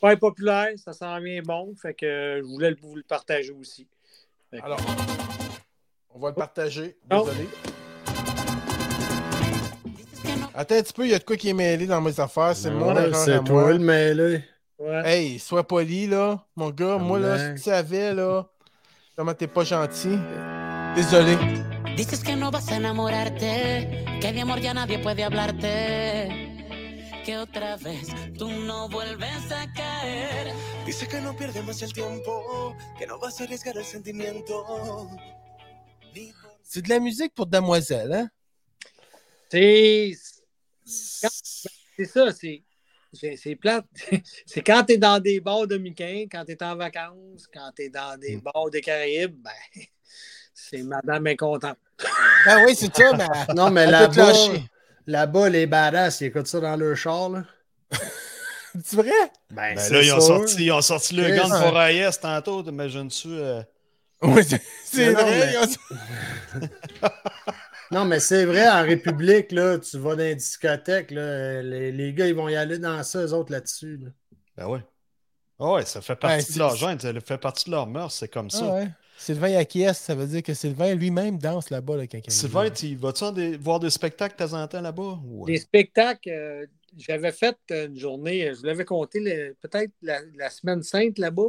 D: Pas populaire, ça s'en vient bon, fait que euh, je voulais le- vous le partager aussi.
A: Alors, on va le partager.
D: Oh.
A: Désolé. Attends un petit peu, il y a de quoi qui est mêlé dans mes affaires. C'est
C: Ben
A: mon
C: ouais,
A: erreur à
C: C'est
A: moi.
C: toi le mêlé.
D: Ouais.
A: Hey, sois poli, là. Mon gars, moi, là, si
C: Tabarnak.
A: tu savais, là, comment t'es pas gentil. Désolé.
I: Dices que no vas a enamorarte, que de amor ya nadie puede hablarte, que otra vez tú no vuelves a caer.
G: Dice que no pierde más el tiempo, que no vas a arriesgar el sentimiento. Ni por-
A: C'est de la musique pour demoiselle, hein?
D: C'est c'est ça, c'est c'est c'est plate. <laughs> c'est quand t'es dans des bars dominicains, quand t'es en vacances, quand t'es dans des bars des Caraïbes, ben <laughs> c'est madame est contente.
A: Ben oui, c'est ça, mais elle-
C: Non, mais
A: elle peut te
C: là-bas,
A: lâcher.
C: là-bas, les badass, ils écoutent ça dans leur char, là.
A: C'est vrai?
C: Ben,
B: Ben
C: c'est
B: là, ils ont,
C: sûr.
B: sorti, ils ont sorti le
C: Chris,
B: gun
A: hein.
B: pour Reyes tantôt, t'imagines-tu? euh,
A: Oui, c'est- c'est
C: Mais non,
A: vrai.
C: mais-
A: ils ont-
C: Non, mais c'est vrai, en République, là, tu vas dans les discothèques, là, les, les gars, ils vont y aller dans ça, eux autres, là-dessus. là.
B: Ben ouais. Ah ouais, ça fait
A: Ben,
B: partie
A: c'est-
B: de leur gêne, ça fait partie de leur mœurs, c'est comme ça.
A: Ah ouais. Sylvain acquiesce, ça veut dire que Sylvain lui-même danse là-bas, là, quand il
B: Sylvain, tu vas-tu en des- voir des spectacles de temps en temps là-bas?
D: Les
B: Ouais.
D: spectacles, euh, j'avais fait une journée, euh, je l'avais compté le- peut-être la, la semaine sainte là-bas.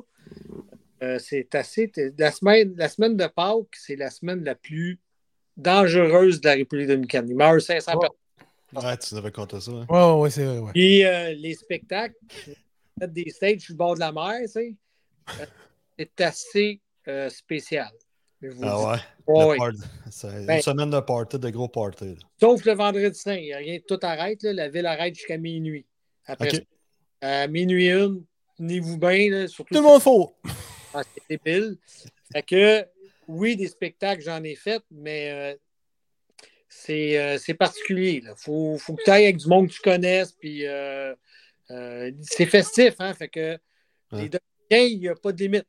D: Euh, c'est assez. t- La semaine, la semaine de Pâques, c'est la semaine la plus dangereuse de la République dominicaine. Il meurt 500 personnes.
B: Ouais, tu nous avais compté ça. hein.
A: Ouais, ouais, c'est vrai, ouais.
D: Puis euh, les spectacles, mettre des stages sur le bord de la mer, tu sais, euh, c'est assez euh, spécial. Je vous
B: Ah
D: le
B: ouais.
D: dis. Ouais,
B: le
D: ouais.
B: party. C'est
D: Ben-
B: une semaine de party, de gros party. là.
D: Sauf le vendredi saint, il y a rien, tout arrête, là, la ville arrête jusqu'à minuit. Après
B: Ok.
D: ça, à minuit une, tenez-vous bien, là, surtout
A: Tout le monde faut.
D: quand c'est débile. Fait que oui, des spectacles, j'en ai fait, mais euh, c'est euh, c'est particulier. Il faut, faut que tu ailles avec du monde que tu connaisses, puis euh, euh, c'est festif, hein? Fait que les
B: Ouais.
D: Dominicains, il n'y a pas de limite.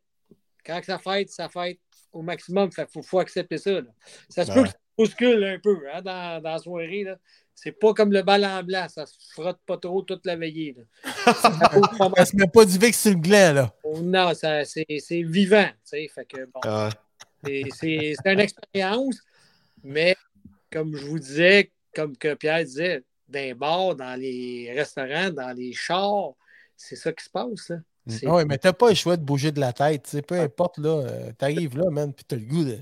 D: Quand ça fête, ça fête au maximum. Fait qu'il faut, faut accepter ça. là. Ça se
B: Ben
D: peut
B: ouais.
D: que ça bouscule un peu hein, dans, dans la soirée. là. C'est pas comme le bal en blanc, ça se frotte pas trop toute la veillée.
B: <laughs>
D: là. Ça vaut pas mal.
A: Elle se met pas du Vic sur le gland, là.
D: Oh non, ça- c'est c'est vivant. tu sais. Fait que, bon,
B: Ah ouais.
D: c'est- c'est c'est une expérience, mais comme je vous disais, comme que Pierre disait, dans les bars, dans les restaurants, dans les chars, c'est ça qui se passe. là. C'est-
A: Ah ouais, mais t'as pas le choix de bouger de la tête, tu sais, peu importe, là. euh, T'arrives là, man, pis t'as le goût de.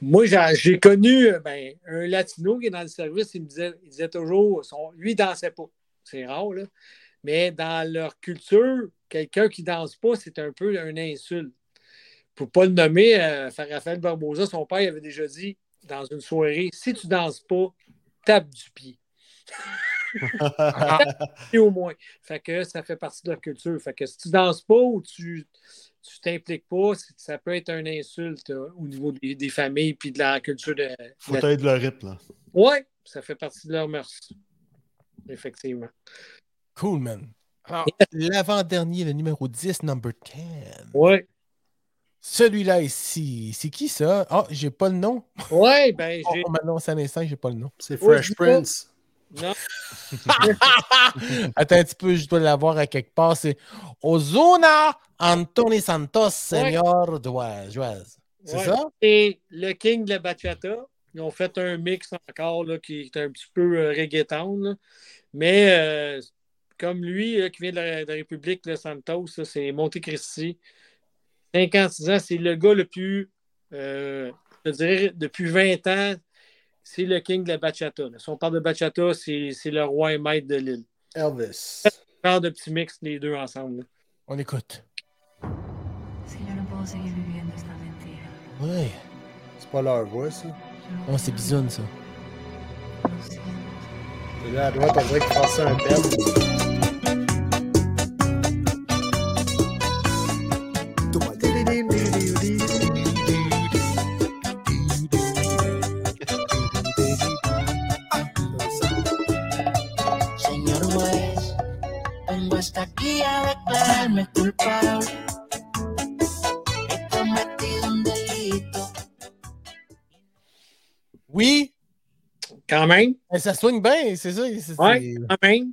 D: Moi, j'ai j'ai connu euh, ben, un Latino qui est dans le service, il me disait, il disait toujours, son, lui, il dansait pas. C'est rare, là. Mais dans leur culture, quelqu'un qui danse pas, c'est un peu un insulte. Pour pas le nommer, euh, Raphaël Barbosa, son père il avait déjà dit dans une soirée, si tu danses pas, tape du pied. Et au moins. Fait que ça fait partie de leur culture. Fait que si tu danses pas ou tu tu t'impliques pas, c'est- ça peut être un insulte euh, au niveau des, des familles puis de la culture de.
B: Faut être le rythme. Là.
D: Ouais, ça fait partie de leur mœurs. Effectivement.
A: Cool, man. Alors, l'avant-dernier, le numéro 10, number 10.
D: Ouais.
A: Celui-là ici, c'est qui ça? Ah, j'ai pas le nom. Oh,
D: Ouais, ben j'ai.
A: On m'annonce à l'instant que j'ai pas le nom.
C: C'est
D: Ouais,
C: Fresh
D: dis-le.
C: Prince.
D: Non,
A: Attends un petit peu, je dois l'avoir à quelque part. C'est Ozuna Anthony Santos, Senior Duaz. Duaz. C'est
D: ouais.
A: ça?
D: Et le King de la Bachata, ils ont fait un mix encore là, qui est un petit peu euh, reggaeton. là. Mais euh, comme lui, là, qui vient de la, de la République, le Santos, là, c'est Monte Cristi. 56 ans, c'est le gars le plus, euh, je te dirais, depuis 20 ans, c'est le King de la Bachata. là. Si on parle de Bachata, c'est c'est le roi et maître de l'île.
C: Elvis.
D: Faire de petits mix les deux ensemble. là.
A: On écoute.
H: Si yo no puedo seguir viviendo esta mentira.
A: Ouais.
C: C'est pas leur voix, ça.
A: Oh, c'est bisoun, ça.
H: Lo siento.
C: Et là, à droite, on dirait qu'il passait un bel.
I: Señor juez, vengo hasta aquí a declararme culpable. He cometido un delito.
A: Oui,
D: Quand même,
A: mais ça swing bien, c'est ça. c'est- c'est-
D: Ouais. quand même.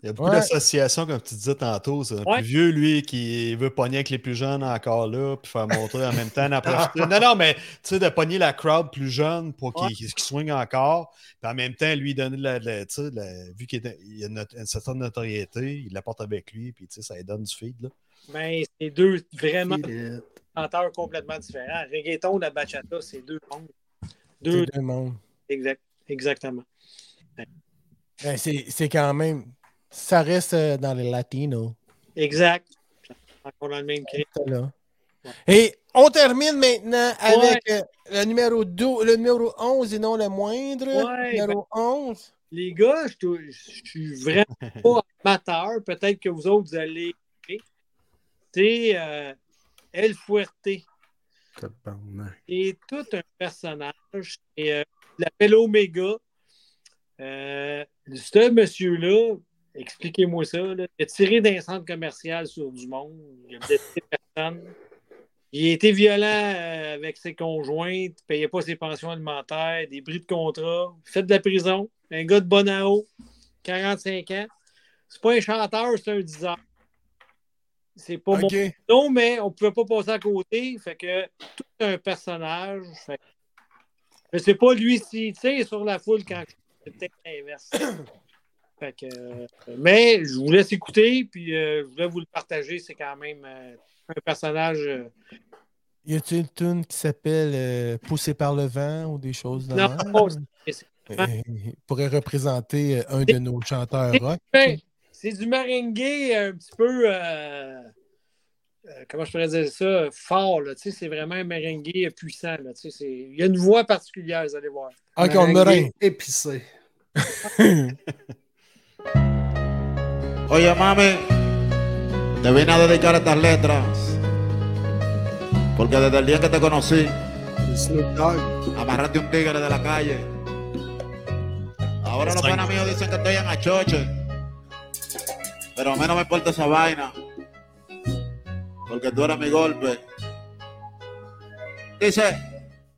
B: Il y a beaucoup
A: Ouais.
B: d'associations, comme tu disais tantôt. C'est le
D: Ouais.
B: plus vieux, lui, qui veut pogner avec les plus jeunes encore là, puis faire montrer en même temps. d'en profiter. Non, non, mais tu sais, de pogner la crowd plus jeune pour qu'il qu'il swing encore, puis en même temps, lui donner de la. de la- tu sais, de la- vu qu'il est- il y a une, not- une certaine notoriété, il la porte avec lui, puis tu sais, ça lui donne du feed. Là.
D: Mais ben, c'est deux vraiment
C: Feel it.
D: chanteurs complètement différents. Reggaeton, la bachata, c'est deux mondes.
A: c'est
D: Deux,
A: deux mondes.
D: exact, exactement.
A: Ben, c'est c'est quand même. Ça reste euh, dans les latinos.
D: Exact. Encore dans le même cri.
A: ça, là. Et on termine maintenant avec euh, le numéro 12, le numéro 11 et non le moindre.
D: Ouais, ben,
A: numéro 11.
D: Les gars, je, tou- je suis vraiment pas amateur. Peut-être que vous autres, vous allez. C'est euh, El Fuerte.
C: Tabarnak.
D: est tout un personnage. C'est euh, il l'appelle Omega. Euh, ce monsieur-là, expliquez-moi ça, là, il a tiré d'un centre commercial sur du monde. Il a blessé personne. Il a été violent euh, avec ses conjointes, il payait pas ses pensions alimentaires, des bris de contrat, fait de la prison. Un gars de Bonao, 45 ans. C'est pas un chanteur, c'est un diseur. C'est pas mon
A: OK.
D: non, mais on ne pouvait pas passer à côté. Fait que tout un personnage. Fait que- je sais pas lui si tu sais sur la foule quand c'est peut-être l'inverse. Fait que, euh, mais je vous laisse écouter, puis euh, je voulais vous le partager. C'est quand même euh, un personnage. euh,
A: Y a-t-il une tune qui s'appelle euh, Poussé par le vent ou des choses de
D: Non,
A: même?
D: non, c'est-
A: Euh, il pourrait représenter euh, un de nos chanteurs rock.
D: Ben, c'est du merengue un petit peu. euh, euh, comment je pourrais dire ça? Fort, là. Tu sais, c'est vraiment un merengue puissant, là. Tu sais, c'est- il y a une voix particulière, vous allez voir.
A: Ah, qu'on me
C: Meringue Épicé.
J: Oye, mami, te vine a dedicar estas letras. Porque desde el día que te conocí,
C: Le Snoop Dogg.
J: amarraste un tigre de la calle. Ahora los panas míos dicen que estoy en achoche. Pero a mí no me importa esa vaina. Porque tú eres mi golpe. Dice,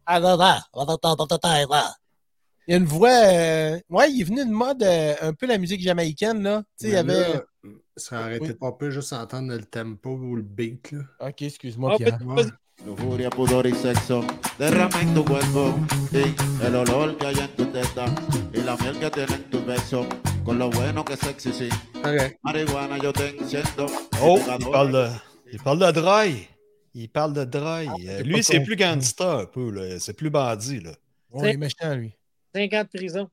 A: Il y a une voix. euh, Ouais, il est venu de mode euh, un peu la musique jamaïcaine, là. Tu sais, il y
C: Mais
A: avait.
C: là, Ça arrêtait
A: Oui.
C: pas peu juste entendre le tempo ou le beat, là.
A: Ok, excuse-moi,
D: Ah,
A: Pierre.
C: Ouais.
J: lujuria, pudor y sexo, derrama en tu cuerpo. Y el olor que hay en tu teta. Y la miel que tiene en tu beso. Con lo bueno que es sexy, sí.
C: Correct.
J: Marihuana yo te enciendo.
B: Oh,
J: Y
B: il
J: te
B: parle de,
J: adoro.
B: il parle de dry. Il parle de dry. Euh,
A: pas
B: lui, c'est
A: compris.
B: plus gangster un peu. là. C'est plus bandit. Là.
A: Oh, il est méchant, lui.
D: 5 ans de prison.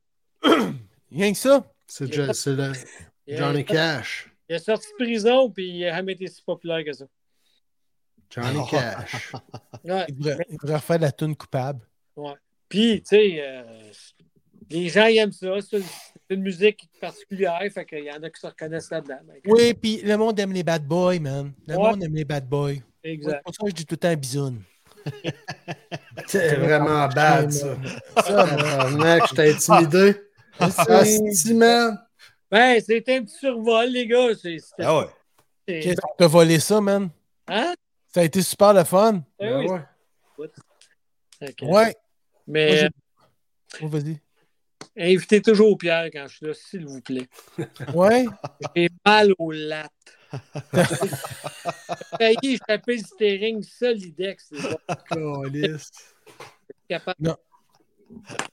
A: Rien que ça.
C: C'est Jo- c'est le Johnny Cash.
D: Il est sorti de prison, puis il a jamais été si populaire que ça.
C: Johnny
A: <laughs>
C: Cash.
D: Ouais.
A: Il devrait, il devrait refaire de la tune coupable.
D: Puis, tu sais, euh, les gens ils aiment ça. C'est une, c'est une musique particulière, fait qu'il y en a qui se reconnaissent là-dedans. Ben,
A: Oui, puis le monde aime les bad boys, man. Le
D: Ouais.
A: monde aime les bad boys. Ouais, C'est
D: Exact.
A: pour ça que je dis tout le temps bisoun.
C: C'est vraiment
A: Ah,
C: bad, ça. Tabarnak, j'étais intimidé.
A: Ah,
C: Asti, man.
D: Ben, c'était un petit survol, les gars. C'est- c'était-
B: Ah ouais.
D: c'est-
A: Qu'est-ce qu'on t'a volé ça, man?
D: Hein?
A: Ça a été super le fun.
D: Eh
C: Ben
D: oui,
C: ouais.
D: Fait que-
A: Ouais. Moi,
D: Mais
A: j'ai- Oh, vas-y.
D: euh, invitez toujours Pierre quand je suis là, s'il vous plaît.
A: Ouais.
D: J'ai mal aux lattes. J'ai failli échapper le steering solidex. c'est pas
C: Caliste.
D: capable.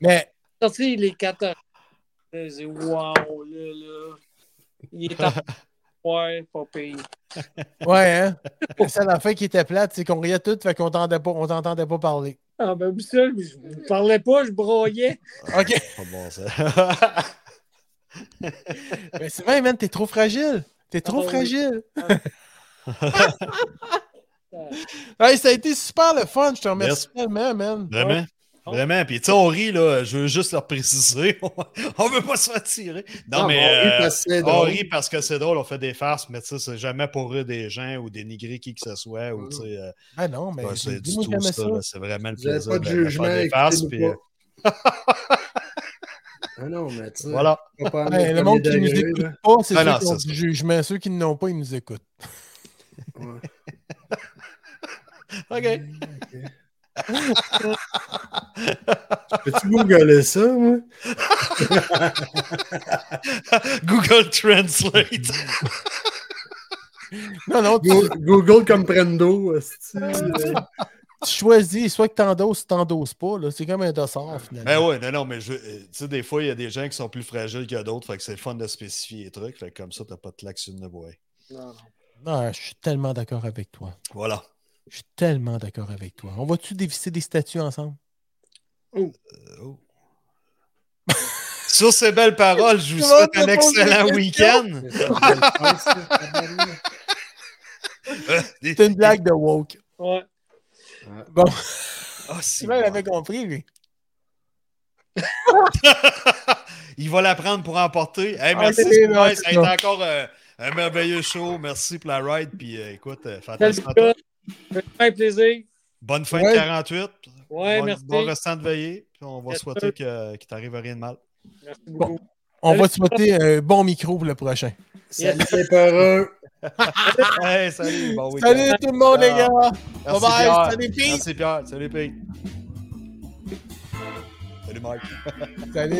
A: Mais
D: Sorti les 14. Je dis, wow, là, là. Il est en. Ouais, pas pire.
A: ouais, hein. C'est la fin qui était plate, c'est qu'on riait tout, fait qu'on t'entendait pas, on t'entendait pas parler.
D: Ah, ben, oui, ça, je ne parlais pas, je broyais.
A: OK.
B: Pas bon, ça. <laughs>
A: Mais c'est vrai, man, t'es trop fragile. T'es trop
D: Ah, oui.
A: fragile.
D: Ah,
A: Hey, ça a été super le fun. Je te remercie
B: Yes.
A: tellement, man.
B: Vraiment? Vraiment. Puis, tu sais, on rit, là. Je veux juste leur préciser. <laughs> on veut pas se faire tirer. Non,
C: Ah,
B: mais. euh,
C: bon, oui, parce que c'est
B: on
C: drôle.
B: rit parce que c'est drôle, on fait des farces, mais tu sais, c'est jamais pour rire des gens ou dénigrer qui que ce soit. Ou, tu sais, euh,
A: Ah non, mais
B: ouais, c'est
A: j'ai
B: du
A: dit, moi,
B: tout
A: j'aimais
B: ça.
A: ça.
B: là. C'est vraiment le
C: Vous avez
B: plaisir
C: pas de
B: de, de
C: jugement.
B: ben, faire des farces.
C: écoutez-nous
B: Puis, euh,
C: pas.
A: <laughs>
C: Ah non, mais tu sais,
B: voilà. <laughs>
C: pas pas
A: Hey,
C: amener
A: le monde qui
C: premier
A: nous
C: degré,
A: écoute
C: là.
A: pas, c'est
B: Ah
A: ceux
B: non,
A: qui ont
B: c'est
A: du
B: ça.
A: jugement. Ceux qui n'ont pas, ils nous écoutent.
C: Ouais.
B: OK.
C: <laughs> Peux-tu googler ça, moi?
B: Google
A: <laughs>
B: Translate.
A: Non,
C: <laughs>
A: non, tu,
C: Go- Google comprendo. esti.
A: tu choisis soit que t'endosses, t'endosses pas. là. C'est comme un dossard, finalement.
B: Ben ouais, non, non, mais je- euh, tu sais, des fois, il y a des gens qui sont plus fragiles que d'autres, fait que c'est le fun de spécifier les trucs, fait que comme ça, t'as pas de claque sur le bois.
D: non, non.
A: Non, Ah, je suis tellement d'accord avec toi.
B: Voilà.
A: Je suis tellement d'accord avec toi. On va-tu dévisser des statues ensemble?
B: Euh, oh. Sur ces belles paroles, je vous
A: Comment
B: souhaite
A: t'as
B: un
A: posé
B: excellent
A: la
B: week-end.
C: <laughs> C'est ça, je vais le faire, ça, tabarnak.
B: Euh,
A: C'est une blague de woke.
D: Ouais.
A: Bon,
B: Ah, c'est
A: tu vois, il
B: bon.
A: avait compris, lui.
B: Il va la prendre pour emporter.
A: Ah,
B: Hey, merci,
A: c'est
B: Sylvain.
A: bon,
B: Ça a
A: c'est
B: été
A: bon.
B: encore euh, un merveilleux show. Merci pour la ride. Puis euh, écoute, euh, fais
D: Salut,
B: attention à toi.
D: gars. Ça fait un plaisir.
B: Bonne fin
A: Ouais.
B: de 48.
D: Ouais,
B: bon,
D: merci.
B: bon restant de veillée. Puis on va
D: Yes,
B: souhaiter que- qu'il t'arrive rien de mal.
D: Merci beaucoup.
A: On
D: Salut.
A: va te souhaiter un bon micro pour le prochain.
C: Salut les peureux.
B: Hey, salut. Bon week-end.
A: Salut tout le monde, les
B: Ah.
A: gars!
B: Merci,
A: Bye bye,
B: Pierre.
A: salut, Pete.
B: Merci Pierre. Salut Pete. Salut Mike.
A: Salut!